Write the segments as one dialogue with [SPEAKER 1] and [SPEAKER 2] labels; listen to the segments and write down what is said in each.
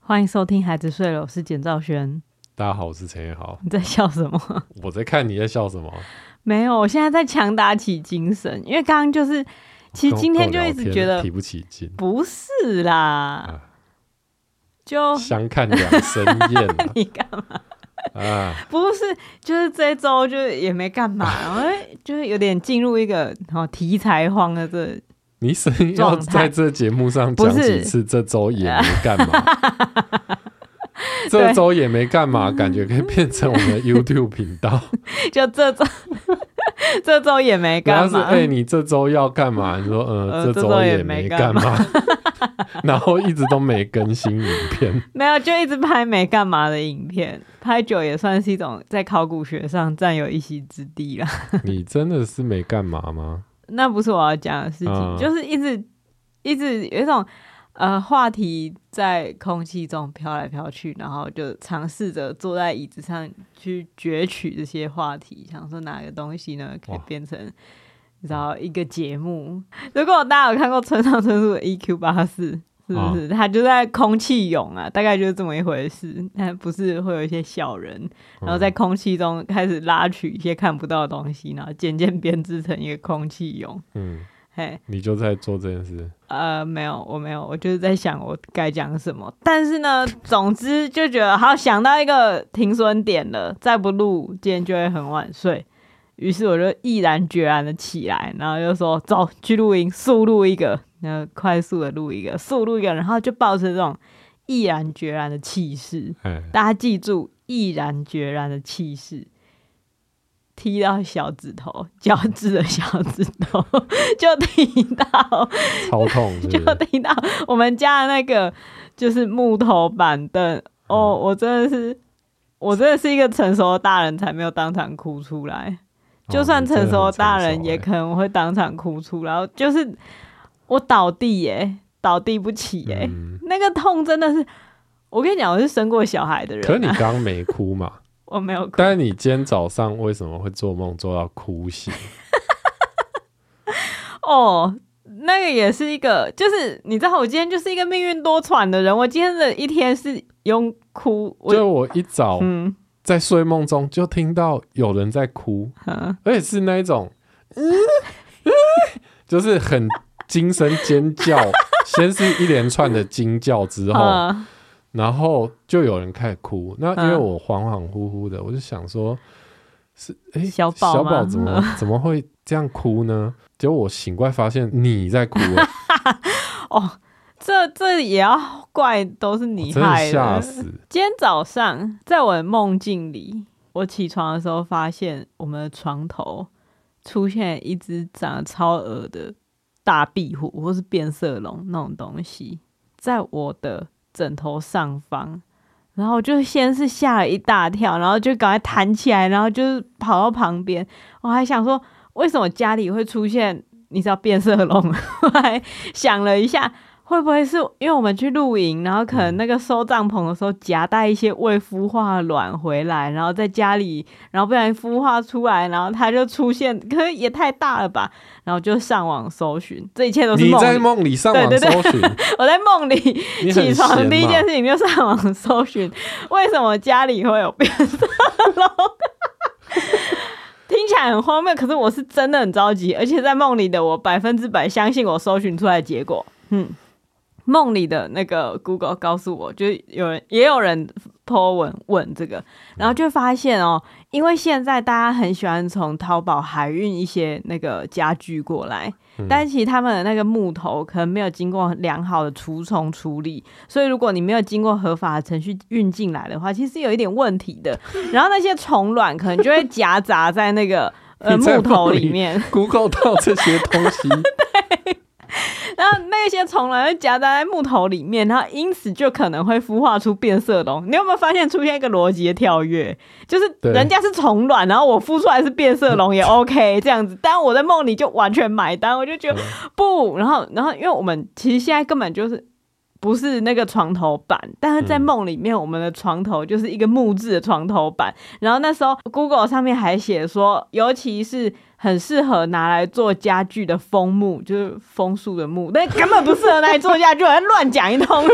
[SPEAKER 1] 欢迎收听《孩子睡了》，我是简兆轩。
[SPEAKER 2] 大家好，我是陈彦豪。
[SPEAKER 1] 你在笑什么？
[SPEAKER 2] 我在看你在笑什么？
[SPEAKER 1] 没有，我现在在强打起精神，因为刚刚就是，其实今天就一直觉
[SPEAKER 2] 跟我聊天
[SPEAKER 1] 得
[SPEAKER 2] 提不起劲，
[SPEAKER 1] 不是啦
[SPEAKER 2] 啊，
[SPEAKER 1] 就
[SPEAKER 2] 相看两生厌
[SPEAKER 1] 你干嘛？
[SPEAKER 2] 啊！啊
[SPEAKER 1] 不是，就是这一周就是也没干 嘛，然后就是有点进入一个哦题材荒的这
[SPEAKER 2] 你是要
[SPEAKER 1] 状态
[SPEAKER 2] 在这节目上
[SPEAKER 1] 不
[SPEAKER 2] 讲
[SPEAKER 1] 是
[SPEAKER 2] 几次？这周也没干嘛？ 这周也没干
[SPEAKER 1] 嗯
[SPEAKER 2] 嘛，感觉可以变成我 们的 YouTube 频道。
[SPEAKER 1] 就这周 这周也没
[SPEAKER 2] 然后
[SPEAKER 1] 干
[SPEAKER 2] 是
[SPEAKER 1] 嘛，
[SPEAKER 2] 哎、你这周要干嘛？你说
[SPEAKER 1] 呃
[SPEAKER 2] 呃，
[SPEAKER 1] 这
[SPEAKER 2] 这
[SPEAKER 1] 周
[SPEAKER 2] 周
[SPEAKER 1] 也
[SPEAKER 2] 也
[SPEAKER 1] 没
[SPEAKER 2] 没
[SPEAKER 1] 干
[SPEAKER 2] 干嘛， 然后一直都没更新影片。
[SPEAKER 1] 没有就一直拍没干嘛的影片，拍久也算是一种在考古学上占有一席之地啦。
[SPEAKER 2] 你真的是没干嘛吗？
[SPEAKER 1] 那不是我要讲的事情，
[SPEAKER 2] 嗯
[SPEAKER 1] 就是一直一直有一种呃话题在空气中飘来飘去，然后就尝试着坐在椅子上去攫取这些话题，想说哪个东西呢可以
[SPEAKER 2] 哇
[SPEAKER 1] 变成你知道一个节目。如果大家有看过村上春树的 EQ 八四。是不
[SPEAKER 2] 嗯
[SPEAKER 1] 是、他就在空气涌啊？大概就是这么一回事。但不是会有一些小人，然后在空气中开始拉取一些看不到的东西，然后渐渐编织成一个空气蛹。
[SPEAKER 2] 嗯，
[SPEAKER 1] 嘿，
[SPEAKER 2] 你就在做这件事。
[SPEAKER 1] 呃，没有，我没有，我就是在想我该讲什么。但是呢，总之就觉得好想到一个停损点了，再不录今天就会很晚睡。于是我就毅然决然的起来，然后就说走去录音，速录一个，然后快速的录一个，速录一个，然后就抱着这种毅然决然的气势，
[SPEAKER 2] 哎，
[SPEAKER 1] 大家记住，毅然决然的气势，踢到小指头，脚趾的小指头 就踢到，
[SPEAKER 2] 超痛是不
[SPEAKER 1] 就是踢到我们家的那个就是木头板凳。哦，我真的是，我真的是一个成熟的大人才没有当场哭出来。就算成哦熟的欸大人，也可能会当场哭出来。哦就是我倒地耶、倒地不起耶、
[SPEAKER 2] 嗯
[SPEAKER 1] 那个痛真的是，我跟你讲，我是生过小孩的人、啊。
[SPEAKER 2] 可是你刚没哭嘛？
[SPEAKER 1] 我没有哭，
[SPEAKER 2] 但是你今天早上为什么会做梦做到哭醒？
[SPEAKER 1] 哦，那个也是一个，就是你知道，我今天就是一个命运多舛的人。我今天的一天是用哭，
[SPEAKER 2] 就是
[SPEAKER 1] 我
[SPEAKER 2] 我一早
[SPEAKER 1] 嗯
[SPEAKER 2] 在睡梦中就听到有人在哭，
[SPEAKER 1] 嗯，
[SPEAKER 2] 而且是那一种， 就是很惊声尖叫，先是一连串的惊叫之后，
[SPEAKER 1] 嗯
[SPEAKER 2] 然后就有人开始哭。那因为
[SPEAKER 1] 嗯
[SPEAKER 2] 我恍恍惚惚的，我就想说，是哎、
[SPEAKER 1] 小宝
[SPEAKER 2] 小
[SPEAKER 1] 吗
[SPEAKER 2] 宝怎么 怎么会这样哭呢？结果我醒过来发现你在哭、欸，
[SPEAKER 1] 哦，这这也要怪都是
[SPEAKER 2] 我
[SPEAKER 1] 你
[SPEAKER 2] 真的
[SPEAKER 1] 害
[SPEAKER 2] 吓
[SPEAKER 1] 的。
[SPEAKER 2] 死。
[SPEAKER 1] 今天早上在我的梦境里，我起床的时候发现我们的床头出现一只长得超恶的大壁虎或是变色龙那种东西，在我的枕头上方。然后我就先是吓了一大跳，然后就赶快弹起来，然后就是跑到旁边。我还想说，为什么家里会出现你知道变色龙？ 我还想了一下，会不会是因为我们去露营，然后可
[SPEAKER 2] 嗯
[SPEAKER 1] 能那个收帐篷的时候夹带一些未孵化的卵回来，然后在家里，然后不小心孵化出来，然后它就出现，可是也太大了吧？然后就上网搜寻，这一切都是
[SPEAKER 2] 你
[SPEAKER 1] 梦
[SPEAKER 2] 在
[SPEAKER 1] 里。
[SPEAKER 2] 梦里上网
[SPEAKER 1] 对对
[SPEAKER 2] 搜寻，
[SPEAKER 1] 我在梦里
[SPEAKER 2] 你
[SPEAKER 1] 起
[SPEAKER 2] 很闲
[SPEAKER 1] 床
[SPEAKER 2] 嘛？
[SPEAKER 1] 第一件事情就上网搜寻为什么家里会有变色龙。听起来很荒谬，可是我是真的很着急，而且在梦里的我百分之百相信我搜寻出来的结果。嗯，梦里的那个 Google 告诉我，就是有人也有人 po 文问这个，然后就发现哦，因为现在大家很喜欢从淘宝海运一些那个家具过来，
[SPEAKER 2] 嗯
[SPEAKER 1] 但其实他们的那个木头可能没有经过良好的除虫处理，所以如果你没有经过合法的程序运进来的话，其实有一点问题的。 然后那些虫卵可能就会夹杂在那个呃
[SPEAKER 2] 你在
[SPEAKER 1] 木头
[SPEAKER 2] 梦里
[SPEAKER 1] 里面，
[SPEAKER 2] Google 到这些东西，
[SPEAKER 1] 然后那些虫卵就夹杂在木头里面，然后因此就可能会孵化出变色龙。你有没有发现出现一个逻辑的跳跃？就是
[SPEAKER 2] 对
[SPEAKER 1] 人家是虫卵，然后我孵出来是变色龙也 OK 这样子，但我在梦里就完全买单，我就觉得不，然后然后因为我们其实现在根本就是。不是那个床头板，但是在
[SPEAKER 2] 嗯
[SPEAKER 1] 梦里面，我们的床头就是一个木质的床头板。然后那时候 Google 上面还写说，尤其是很适合拿来做家具的枫木，就是枫树的木，但根本不适合拿来做家具，我在乱讲一通。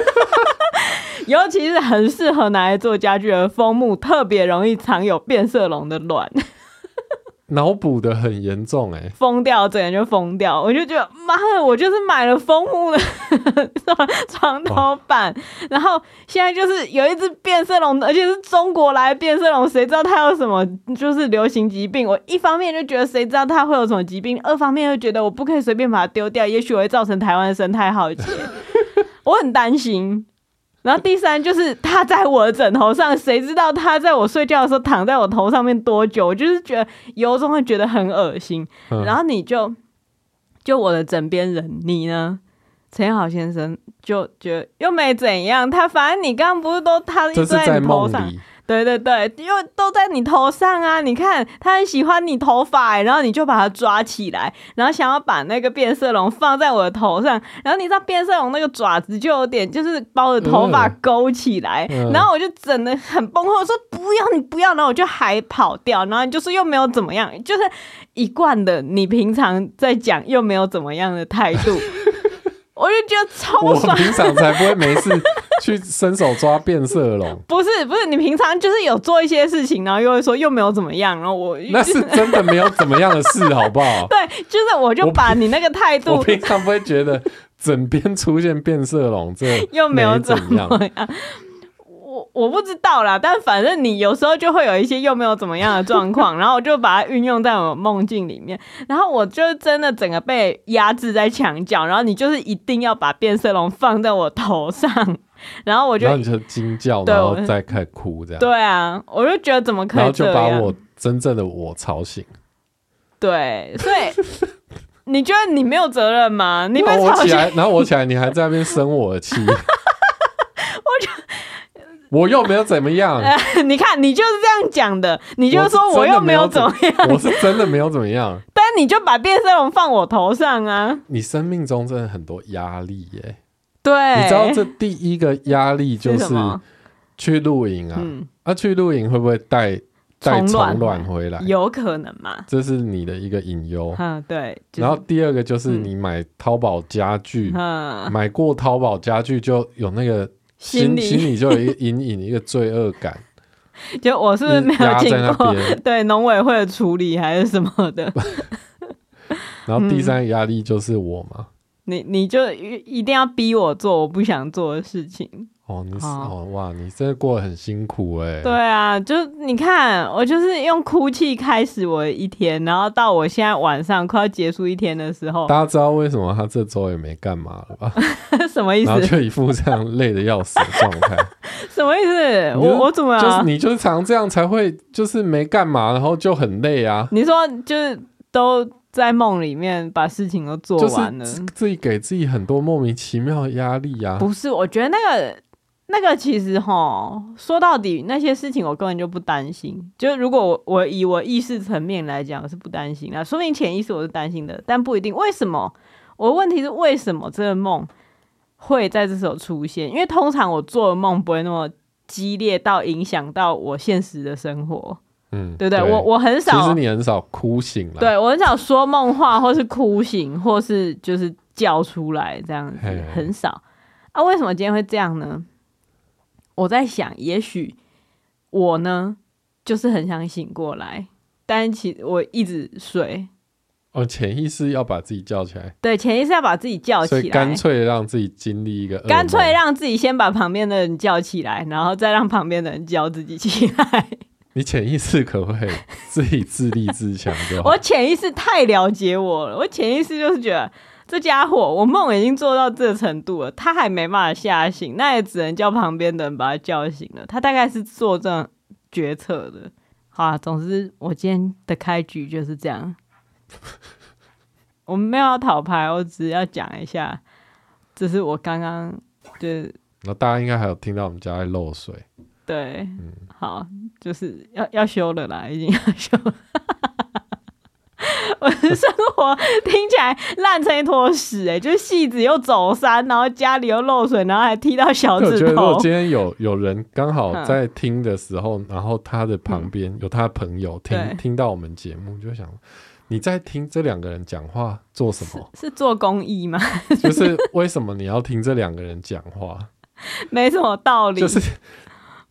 [SPEAKER 1] 尤其是很适合拿来做家具的枫木，特别容易藏有变色龙的卵，
[SPEAKER 2] 脑补的很严重哎、欸，
[SPEAKER 1] 疯掉，整个人就疯掉。我就觉得妈的，我就是买了 枫木的床床头板，然后现在就是有一只变色龙，而且是中国来的变色龙，谁知道它有什么就是流行疾病？我一方面就觉得谁知道它会有什么疾病，二方面又觉得我不可以随便把它丢掉，也许我会造成台湾的生态浩劫，我很担心。然后第三就是它在我的枕头上，谁知道它在我睡觉的时候躺在我头上面多久？我就是觉得由衷会觉得很恶心。
[SPEAKER 2] 嗯
[SPEAKER 1] 然后你就就我的枕边人，你呢？陈彦豪先生就觉得又没怎样，他反正你刚刚不是都他一
[SPEAKER 2] 这
[SPEAKER 1] 直
[SPEAKER 2] 是在
[SPEAKER 1] 你头
[SPEAKER 2] 梦
[SPEAKER 1] 上，
[SPEAKER 2] 里，
[SPEAKER 1] 对对对，又都在你头上啊！你看他很喜欢你头发欸，然后你就把它抓起来，然后想要把那个变色龙放在我的头上，然后你知道变色龙那个爪子就有点就是把我的头发
[SPEAKER 2] 嗯
[SPEAKER 1] 勾起来，
[SPEAKER 2] 嗯
[SPEAKER 1] 然后我就整的很崩溃，我说不要你不要，然后我就还跑掉，然后你就说又没有怎么样，就是一贯的你平常在讲又没有怎么样的态 度，我就觉得超
[SPEAKER 2] 我
[SPEAKER 1] 爽。
[SPEAKER 2] 平常才不会没事去伸手抓变 色龙，
[SPEAKER 1] 不是不是，你平常就是有做一些事情，然后又会说又没有怎么样，然后我
[SPEAKER 2] 那是真的没有怎么样的事，好不好？
[SPEAKER 1] 对，就是我就
[SPEAKER 2] 我
[SPEAKER 1] 把你那个态度
[SPEAKER 2] 我平常不会觉得枕边出现变色龙，这
[SPEAKER 1] 又没有
[SPEAKER 2] 怎
[SPEAKER 1] 怎么
[SPEAKER 2] 样。
[SPEAKER 1] 样。我我不知道啦，但反正你有时候就会有一些又没有怎么样的状 况，然后我就把它运用在我的梦境里面，然后我就真的整个被压制在墙角，然后你就是一定要把变色龙放在我头上，然后我就
[SPEAKER 2] 然后你就惊叫，
[SPEAKER 1] 对
[SPEAKER 2] 然
[SPEAKER 1] 我
[SPEAKER 2] 后再开始哭这 样，
[SPEAKER 1] 对啊，我就觉得怎么可
[SPEAKER 2] 然后
[SPEAKER 1] 以
[SPEAKER 2] 就
[SPEAKER 1] 这样？
[SPEAKER 2] 把我真正的我吵醒。
[SPEAKER 1] 对，所以 你觉得你没有责任吗？你被
[SPEAKER 2] 然后
[SPEAKER 1] 吵
[SPEAKER 2] 哦我起
[SPEAKER 1] 醒，
[SPEAKER 2] 来，然后我起来，你还在那边生我 的气，我 我又没有怎 么样，
[SPEAKER 1] 呃你看你就是这样讲的，你就
[SPEAKER 2] 我是
[SPEAKER 1] 说我
[SPEAKER 2] 真的
[SPEAKER 1] 又
[SPEAKER 2] 没
[SPEAKER 1] 没
[SPEAKER 2] 有
[SPEAKER 1] 有怎么样，
[SPEAKER 2] 我是真的没有怎么样。
[SPEAKER 1] 但你就把变色龙放我头上啊！
[SPEAKER 2] 你生命中真的很多压力耶，
[SPEAKER 1] 对，
[SPEAKER 2] 你知道这第一个压力就是啊是
[SPEAKER 1] 哎什么
[SPEAKER 2] 去露营啊，
[SPEAKER 1] 嗯，
[SPEAKER 2] 啊去露营会不会带带
[SPEAKER 1] 虫卵
[SPEAKER 2] 虫卵回来？
[SPEAKER 1] 有可能嘛？
[SPEAKER 2] 这是你的一个隐忧。
[SPEAKER 1] 嗯，对，就是、
[SPEAKER 2] 然后第二个就是
[SPEAKER 1] 嗯
[SPEAKER 2] 你买淘宝家具，
[SPEAKER 1] 嗯，
[SPEAKER 2] 买过淘宝家具就有那个
[SPEAKER 1] 心
[SPEAKER 2] 心
[SPEAKER 1] 里
[SPEAKER 2] 里就有一个隐隐一个罪恶感，
[SPEAKER 1] 就我是不是没有
[SPEAKER 2] 压在
[SPEAKER 1] 经
[SPEAKER 2] 那
[SPEAKER 1] 过
[SPEAKER 2] 边。
[SPEAKER 1] 对农委会的处理还是什么的？
[SPEAKER 2] 然后第三个压力就是我嘛。
[SPEAKER 1] 你你就一一定要逼我做我不想做的事情。
[SPEAKER 2] 哦，你是
[SPEAKER 1] 好
[SPEAKER 2] 哦哇，你真的过得很辛苦哎、
[SPEAKER 1] 嗯对啊，就是你看，我就是用哭泣开始我的一天，然后到我现在晚上快要结束一天的时候，
[SPEAKER 2] 大家知道为什么他这周也没干嘛了吧？
[SPEAKER 1] 什么意
[SPEAKER 2] 然后
[SPEAKER 1] 思？
[SPEAKER 2] 就一副这样累的要死的状 态，
[SPEAKER 1] 什么意思？
[SPEAKER 2] 你就
[SPEAKER 1] 我我怎么、啊？
[SPEAKER 2] 就是你就是常这样才会就是没干嘛，然后就很累啊，
[SPEAKER 1] 你说就是都在梦里面把事情都做
[SPEAKER 2] 就是
[SPEAKER 1] 完了，
[SPEAKER 2] 自己给自己很多莫名其妙的压力啊。
[SPEAKER 1] 不是？我觉得那个那个其实哈，说到底那些事情我根本就不担心。就是如果我我以我意识层面来讲，我是不担心的，说明潜意识我是担心的，但不一定。为什么？我的问题是为什么这个梦会在这时候出现？因为通常我做的梦不会那么激烈到影响到我现实的生活，
[SPEAKER 2] 嗯，
[SPEAKER 1] 对不对？我我很
[SPEAKER 2] 其
[SPEAKER 1] 少，
[SPEAKER 2] 实你很少哭醒了，，
[SPEAKER 1] 对我很少说梦话，或是哭醒，或是就是叫出来这样子
[SPEAKER 2] 嘿，
[SPEAKER 1] 很少。啊，为什么今天会这样呢？我在想，也许我呢，就是很想醒过来，但其我一直睡。
[SPEAKER 2] 哦，潜意识要把自己叫起来，
[SPEAKER 1] 对，潜意识要把自己叫
[SPEAKER 2] 所
[SPEAKER 1] 起
[SPEAKER 2] 以干
[SPEAKER 1] 来，
[SPEAKER 2] 脆呃让自己经历一个噩梦，
[SPEAKER 1] 干脆让自己先把旁边的人叫起来，然后再让旁边的人叫自己起来。
[SPEAKER 2] 你潜意识可不可以自己自立自强就好
[SPEAKER 1] 我？潜意识太了解我了，我潜意识就是觉得这家伙，我梦已经做到这程度了，他还没办法吓醒，那也只能叫旁边的人把他叫醒了。他大概是做这样决策的。好啊，总之我今天的开局就是这样。我没有要讨牌，我只是要讲一下，这是我刚刚就是
[SPEAKER 2] 那大家应该还有听到我们家在漏水，
[SPEAKER 1] 对，
[SPEAKER 2] 嗯
[SPEAKER 1] 好，就是要要修了啦，已经要修了。 我的生活听起来烂成一坨屎哎、就是戏子又走山，然后家里又漏水，然后还踢到小
[SPEAKER 2] 对我觉
[SPEAKER 1] 指
[SPEAKER 2] 得如
[SPEAKER 1] 头
[SPEAKER 2] 果。今天有有人刚好
[SPEAKER 1] 嗯
[SPEAKER 2] 在听的时候，然后他的旁边有他的朋友
[SPEAKER 1] 对
[SPEAKER 2] 听听到我们节目，就想你在听这两个人讲话做什么
[SPEAKER 1] ？是做公益吗？
[SPEAKER 2] 就是为什么你要听这两个人讲话？
[SPEAKER 1] 没什么道理，
[SPEAKER 2] 就是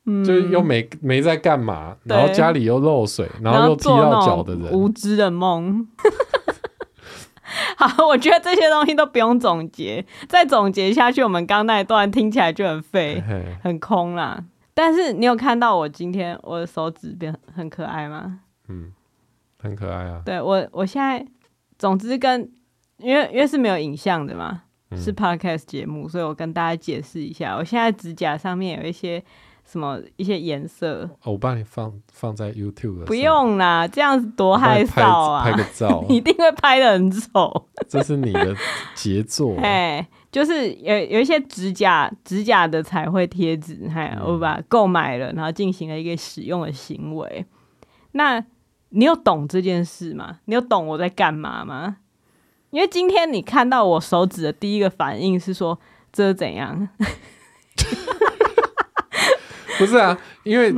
[SPEAKER 1] 嗯
[SPEAKER 2] 就是又没没在干嘛，
[SPEAKER 1] 对
[SPEAKER 2] 然后家里又漏水，
[SPEAKER 1] 然
[SPEAKER 2] 然后
[SPEAKER 1] 后
[SPEAKER 2] 又踢
[SPEAKER 1] 做那
[SPEAKER 2] 到
[SPEAKER 1] 种
[SPEAKER 2] 脚的人，
[SPEAKER 1] 无知的梦。 好，我觉得这些东西都不用总结，再总结下去，我们刚那一段听起来就很废，
[SPEAKER 2] 嘿
[SPEAKER 1] 很空啦。但是你有看到我今天我的手指变很可爱吗？
[SPEAKER 2] 嗯，很可爱啊，
[SPEAKER 1] 对我，我现在总之跟因为因为是没有影像的嘛，
[SPEAKER 2] 嗯
[SPEAKER 1] 是 podcast 节目，所以我跟大家解释一下，我现在指甲上面有一些什么一些颜色，
[SPEAKER 2] 哦我帮你放放在 YouTube 的，
[SPEAKER 1] 不，用啦，这样子多
[SPEAKER 2] 我帮
[SPEAKER 1] 害
[SPEAKER 2] 你拍
[SPEAKER 1] 臊啊！
[SPEAKER 2] 拍个照，
[SPEAKER 1] 你一定会拍的很丑。，
[SPEAKER 2] 这是你的杰作啊
[SPEAKER 1] 哎，就是有有一些指甲指甲的彩绘贴纸，嗨，
[SPEAKER 2] 嗯
[SPEAKER 1] 我把它购买了，然后进行了一个使用的行为。那你有懂这件事吗？你有懂我在干嘛吗？因为今天你看到我手指的第一个反应是说这是怎样？
[SPEAKER 2] 不是啊，因为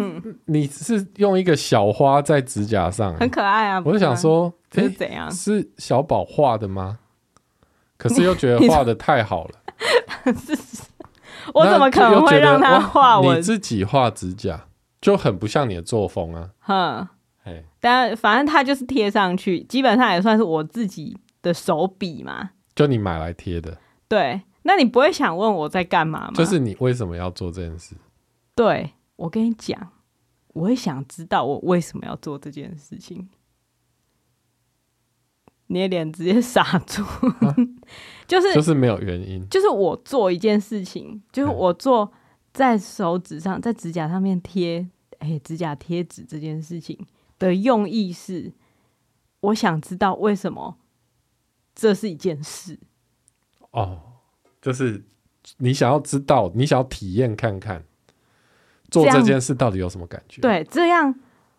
[SPEAKER 2] 你是用一个小花在指甲上，
[SPEAKER 1] 嗯很可爱啊！
[SPEAKER 2] 我就想说，
[SPEAKER 1] 不是吗这
[SPEAKER 2] 哎
[SPEAKER 1] 是，怎样？
[SPEAKER 2] 是小宝画的吗？可是又觉得
[SPEAKER 1] 你
[SPEAKER 2] 画的太好了，
[SPEAKER 1] 我怎么
[SPEAKER 2] 那
[SPEAKER 1] 可
[SPEAKER 2] 就又
[SPEAKER 1] 能会
[SPEAKER 2] 觉得
[SPEAKER 1] 让他
[SPEAKER 2] 哇
[SPEAKER 1] 画我
[SPEAKER 2] 你？自己画指甲就很不像你的作风啊，
[SPEAKER 1] 哼。
[SPEAKER 2] 哎，
[SPEAKER 1] 但反正它就是贴上去，基本上也算是我自己的手笔嘛。
[SPEAKER 2] 就你买来贴的，
[SPEAKER 1] 对，那你不会想问我在干嘛吗？
[SPEAKER 2] 就是你为什么要做这件事？
[SPEAKER 1] 对我跟你讲，我也想知道我为什么要做这件事情。你的脸直接傻住， 就是
[SPEAKER 2] 啊就是没有原因，
[SPEAKER 1] 就是我做一件事情，就是
[SPEAKER 2] 嗯
[SPEAKER 1] 我做在手指上、在指甲上面贴，哎、指甲贴纸这件事情的用意是，我想知道为什么这是一件事。
[SPEAKER 2] 哦，就是你想要知道，你想要体验看看，做
[SPEAKER 1] 这样
[SPEAKER 2] 这件事到底有什么感觉？，
[SPEAKER 1] 对，这样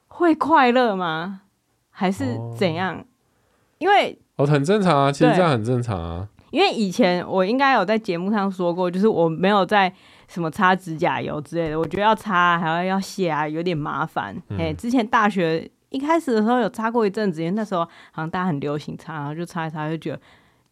[SPEAKER 1] 会快乐吗？还是
[SPEAKER 2] 哦
[SPEAKER 1] 怎样？因为
[SPEAKER 2] 哦，很正常啊，其实
[SPEAKER 1] 对
[SPEAKER 2] 这样很正常啊，
[SPEAKER 1] 因为以前我应该有在节目上说过，就是我没有在什么擦指甲油之类的，我觉得要擦还要要卸啊，有点麻烦。哎、
[SPEAKER 2] 嗯
[SPEAKER 1] 之前大学一开始的时候有擦过一阵子，因为那时候好像大家很流行擦，然后就擦一擦就觉得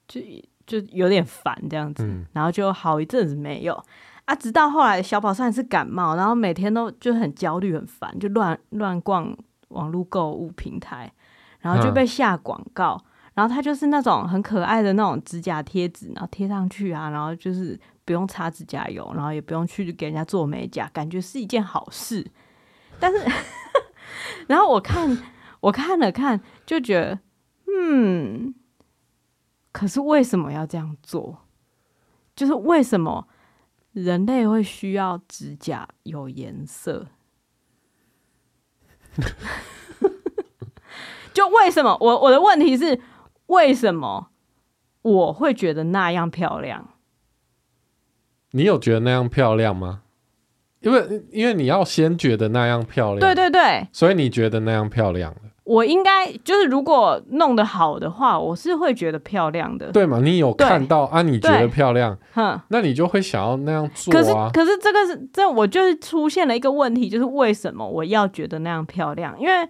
[SPEAKER 1] 就就有点烦这样子，
[SPEAKER 2] 嗯
[SPEAKER 1] 然后就好一阵子没有。啊，直到后来小宝上一次感冒，然后每天都就很焦虑、很烦，就乱乱逛网络购物平台，然后就
[SPEAKER 2] 嗯
[SPEAKER 1] 被下广告。然后它就是那种很可爱的那种指甲贴纸，然后贴上去啊，然后就是不用擦指甲油，然后也不用去给人家做美甲，感觉是一件好事。但是， 然后我看我看了看，就觉得，嗯，可是为什么要这样做？就是为什么人类会需要指甲有颜色？ 就为什么我我的问题是为什么我会觉得那样漂亮？
[SPEAKER 2] 你有觉得那样漂亮吗？因为因为你要先觉得那样漂亮，
[SPEAKER 1] 对，对对，
[SPEAKER 2] 所以你觉得那样漂亮了，
[SPEAKER 1] 我应该就是如果弄得好的话，我是会觉得漂亮的。
[SPEAKER 2] 对嘛？你有
[SPEAKER 1] 对
[SPEAKER 2] 看到啊？你觉
[SPEAKER 1] 对
[SPEAKER 2] 得漂亮，
[SPEAKER 1] 哼，
[SPEAKER 2] 那你就会想要那样做
[SPEAKER 1] 可是
[SPEAKER 2] 啊。
[SPEAKER 1] 可是这个是这我就是出现了一个问题，就是为什么我要觉得那样漂亮？因为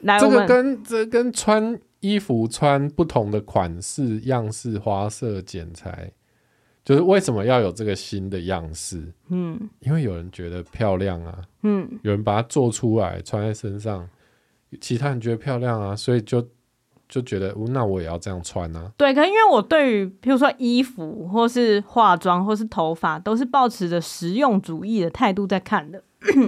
[SPEAKER 1] 来
[SPEAKER 2] 这
[SPEAKER 1] 我
[SPEAKER 2] 个
[SPEAKER 1] 们
[SPEAKER 2] 跟这跟穿衣服穿不同的款式、样式、花色、剪裁，就是为什么要有这个新的样式？
[SPEAKER 1] 嗯
[SPEAKER 2] 因为有人觉得漂亮啊，
[SPEAKER 1] 嗯
[SPEAKER 2] 有人把它做出来穿在身上，其他人觉得漂亮啊，所以就就觉得，哦那我也要这样穿啊。
[SPEAKER 1] 对，可能因为我对于譬如说衣服或是化妆或是头发都是抱持着实用主义的态度在看的，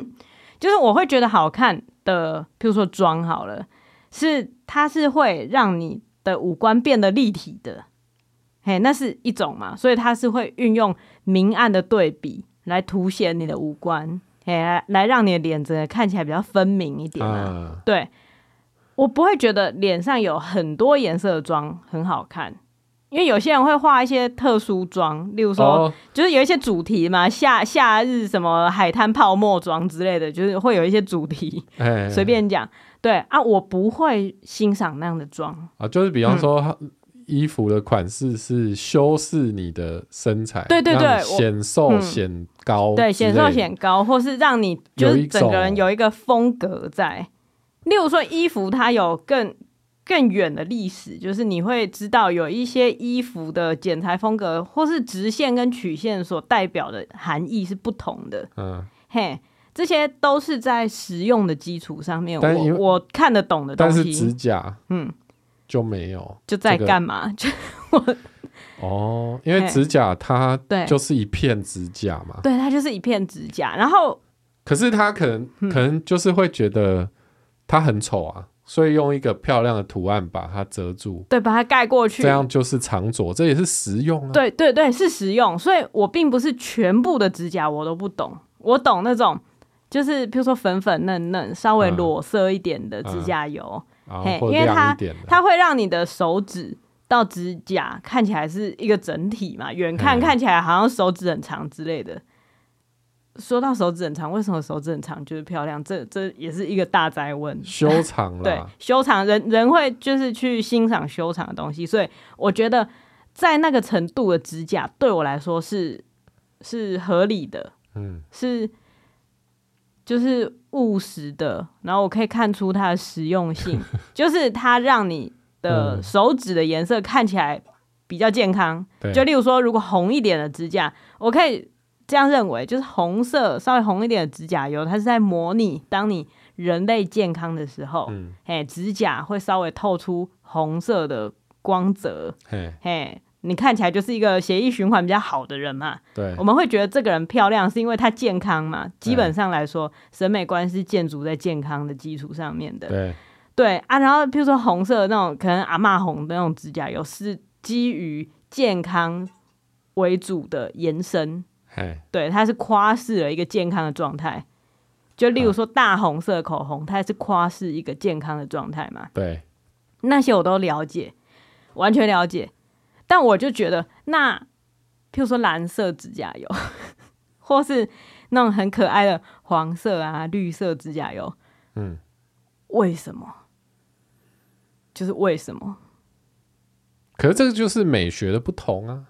[SPEAKER 1] 就是我会觉得好看的，譬如说妆好了，是它是会让你的五官变得立体的，嘿，那是一种嘛，所以它是会运用明暗的对比来凸显你的五官，嘿，来来让你的脸整个看起来比较分明一点啊
[SPEAKER 2] 啊，
[SPEAKER 1] 对，我不会觉得脸上有很多颜色的妆很好看，因为有些人会画一些特殊妆，例如说、
[SPEAKER 2] 哦，
[SPEAKER 1] 就是有一些主题嘛，夏夏日什么海滩泡沫妆之类的，就是会有一些主题，
[SPEAKER 2] 哎，
[SPEAKER 1] 随便讲。对啊，我不会欣赏那样的妆。
[SPEAKER 2] 啊，就是比
[SPEAKER 1] 嗯
[SPEAKER 2] 方说。衣服的款式是修饰你的身材，
[SPEAKER 1] 对对对
[SPEAKER 2] 让你
[SPEAKER 1] 我
[SPEAKER 2] 显瘦
[SPEAKER 1] 嗯
[SPEAKER 2] 显高之类的，
[SPEAKER 1] 对，显瘦显高，或是让你就
[SPEAKER 2] 有
[SPEAKER 1] 是
[SPEAKER 2] 一
[SPEAKER 1] 整个人
[SPEAKER 2] 种
[SPEAKER 1] 有一个风格在。例如说衣服，它有更更远的历史，就是你会知道有一些衣服的剪裁风格或是直线跟曲线所代表的含义是不同的。
[SPEAKER 2] 嗯，
[SPEAKER 1] 嘿，这些都是在实用的基础上面，
[SPEAKER 2] 但因
[SPEAKER 1] 我
[SPEAKER 2] 为
[SPEAKER 1] 我看得懂的东
[SPEAKER 2] 但是指
[SPEAKER 1] 西，
[SPEAKER 2] 甲
[SPEAKER 1] 嗯，
[SPEAKER 2] 就没有
[SPEAKER 1] 就在
[SPEAKER 2] 这个
[SPEAKER 1] 干嘛？就
[SPEAKER 2] 哦，因为
[SPEAKER 1] 嘿
[SPEAKER 2] 指甲它
[SPEAKER 1] 对
[SPEAKER 2] 就是一片指甲嘛，
[SPEAKER 1] 对，它就是一片指甲，然后
[SPEAKER 2] 可是他可能
[SPEAKER 1] 嗯
[SPEAKER 2] 可能就是会觉得它很丑啊，所以用一个漂亮的图案把它遮住，
[SPEAKER 1] 对，把它盖过去
[SPEAKER 2] 这，样就是长着，这也是实用啊。
[SPEAKER 1] 对对对，是实用，所以我并不是全部的指甲我都不懂，我懂那种就是比如说粉粉嫩嫩、稍微
[SPEAKER 2] 嗯
[SPEAKER 1] 裸色一点的指甲油，
[SPEAKER 2] 然
[SPEAKER 1] 嘿
[SPEAKER 2] 后啊或
[SPEAKER 1] 因为
[SPEAKER 2] 亮
[SPEAKER 1] 它
[SPEAKER 2] 一点的，
[SPEAKER 1] 它会让你的手指到指甲看起来是一个整体嘛，远看
[SPEAKER 2] 嗯
[SPEAKER 1] 看起来好像手指很长之类的。说到手指很长，为什么手指很长就是漂亮？这这也是一个大灾问。
[SPEAKER 2] 修长
[SPEAKER 1] 对
[SPEAKER 2] 啦，，
[SPEAKER 1] 修长人人会就是去欣赏修长的东西，所以我觉得在那个程度的指甲对我来说是是合理的，
[SPEAKER 2] 嗯，
[SPEAKER 1] 是就是务实的，然后我可以看出它的实用 性，就是它让你的
[SPEAKER 2] 嗯
[SPEAKER 1] 手指的颜色看起来比较健康。
[SPEAKER 2] 对，
[SPEAKER 1] 就例如说，如果红一点的指甲，我可以这样认为，就是红色稍微红一点的指甲油，它是在模拟当你人类健康的时候，
[SPEAKER 2] 嗯，
[SPEAKER 1] 嘿，指甲会稍微透出红色的光泽，
[SPEAKER 2] 嘿，
[SPEAKER 1] 嘿，你看起来就是一个血液循环比较好的人嘛。
[SPEAKER 2] 对
[SPEAKER 1] 我，们会觉得这个人漂亮，是因为她健康嘛。基本上来说，审美观是建筑在健康的基础上面的。
[SPEAKER 2] 对，
[SPEAKER 1] 对啊，然后比如说红色的那种，可能阿嬷红的那种指甲油，是基于健康为主的延伸，
[SPEAKER 2] 嘿，
[SPEAKER 1] 对，它是夸饰了一个健康的状态。就例如说大红色的口红，它是夸饰一个健康的状态嘛。
[SPEAKER 2] 对，
[SPEAKER 1] 那些我都了解，完全了解。但我就觉得，那譬如说蓝色指甲油， 或是那种很可爱的黄色啊、绿色指甲油，
[SPEAKER 2] 嗯，
[SPEAKER 1] 为什么？就是为什么？
[SPEAKER 2] 可是这个就是美学的不同啊。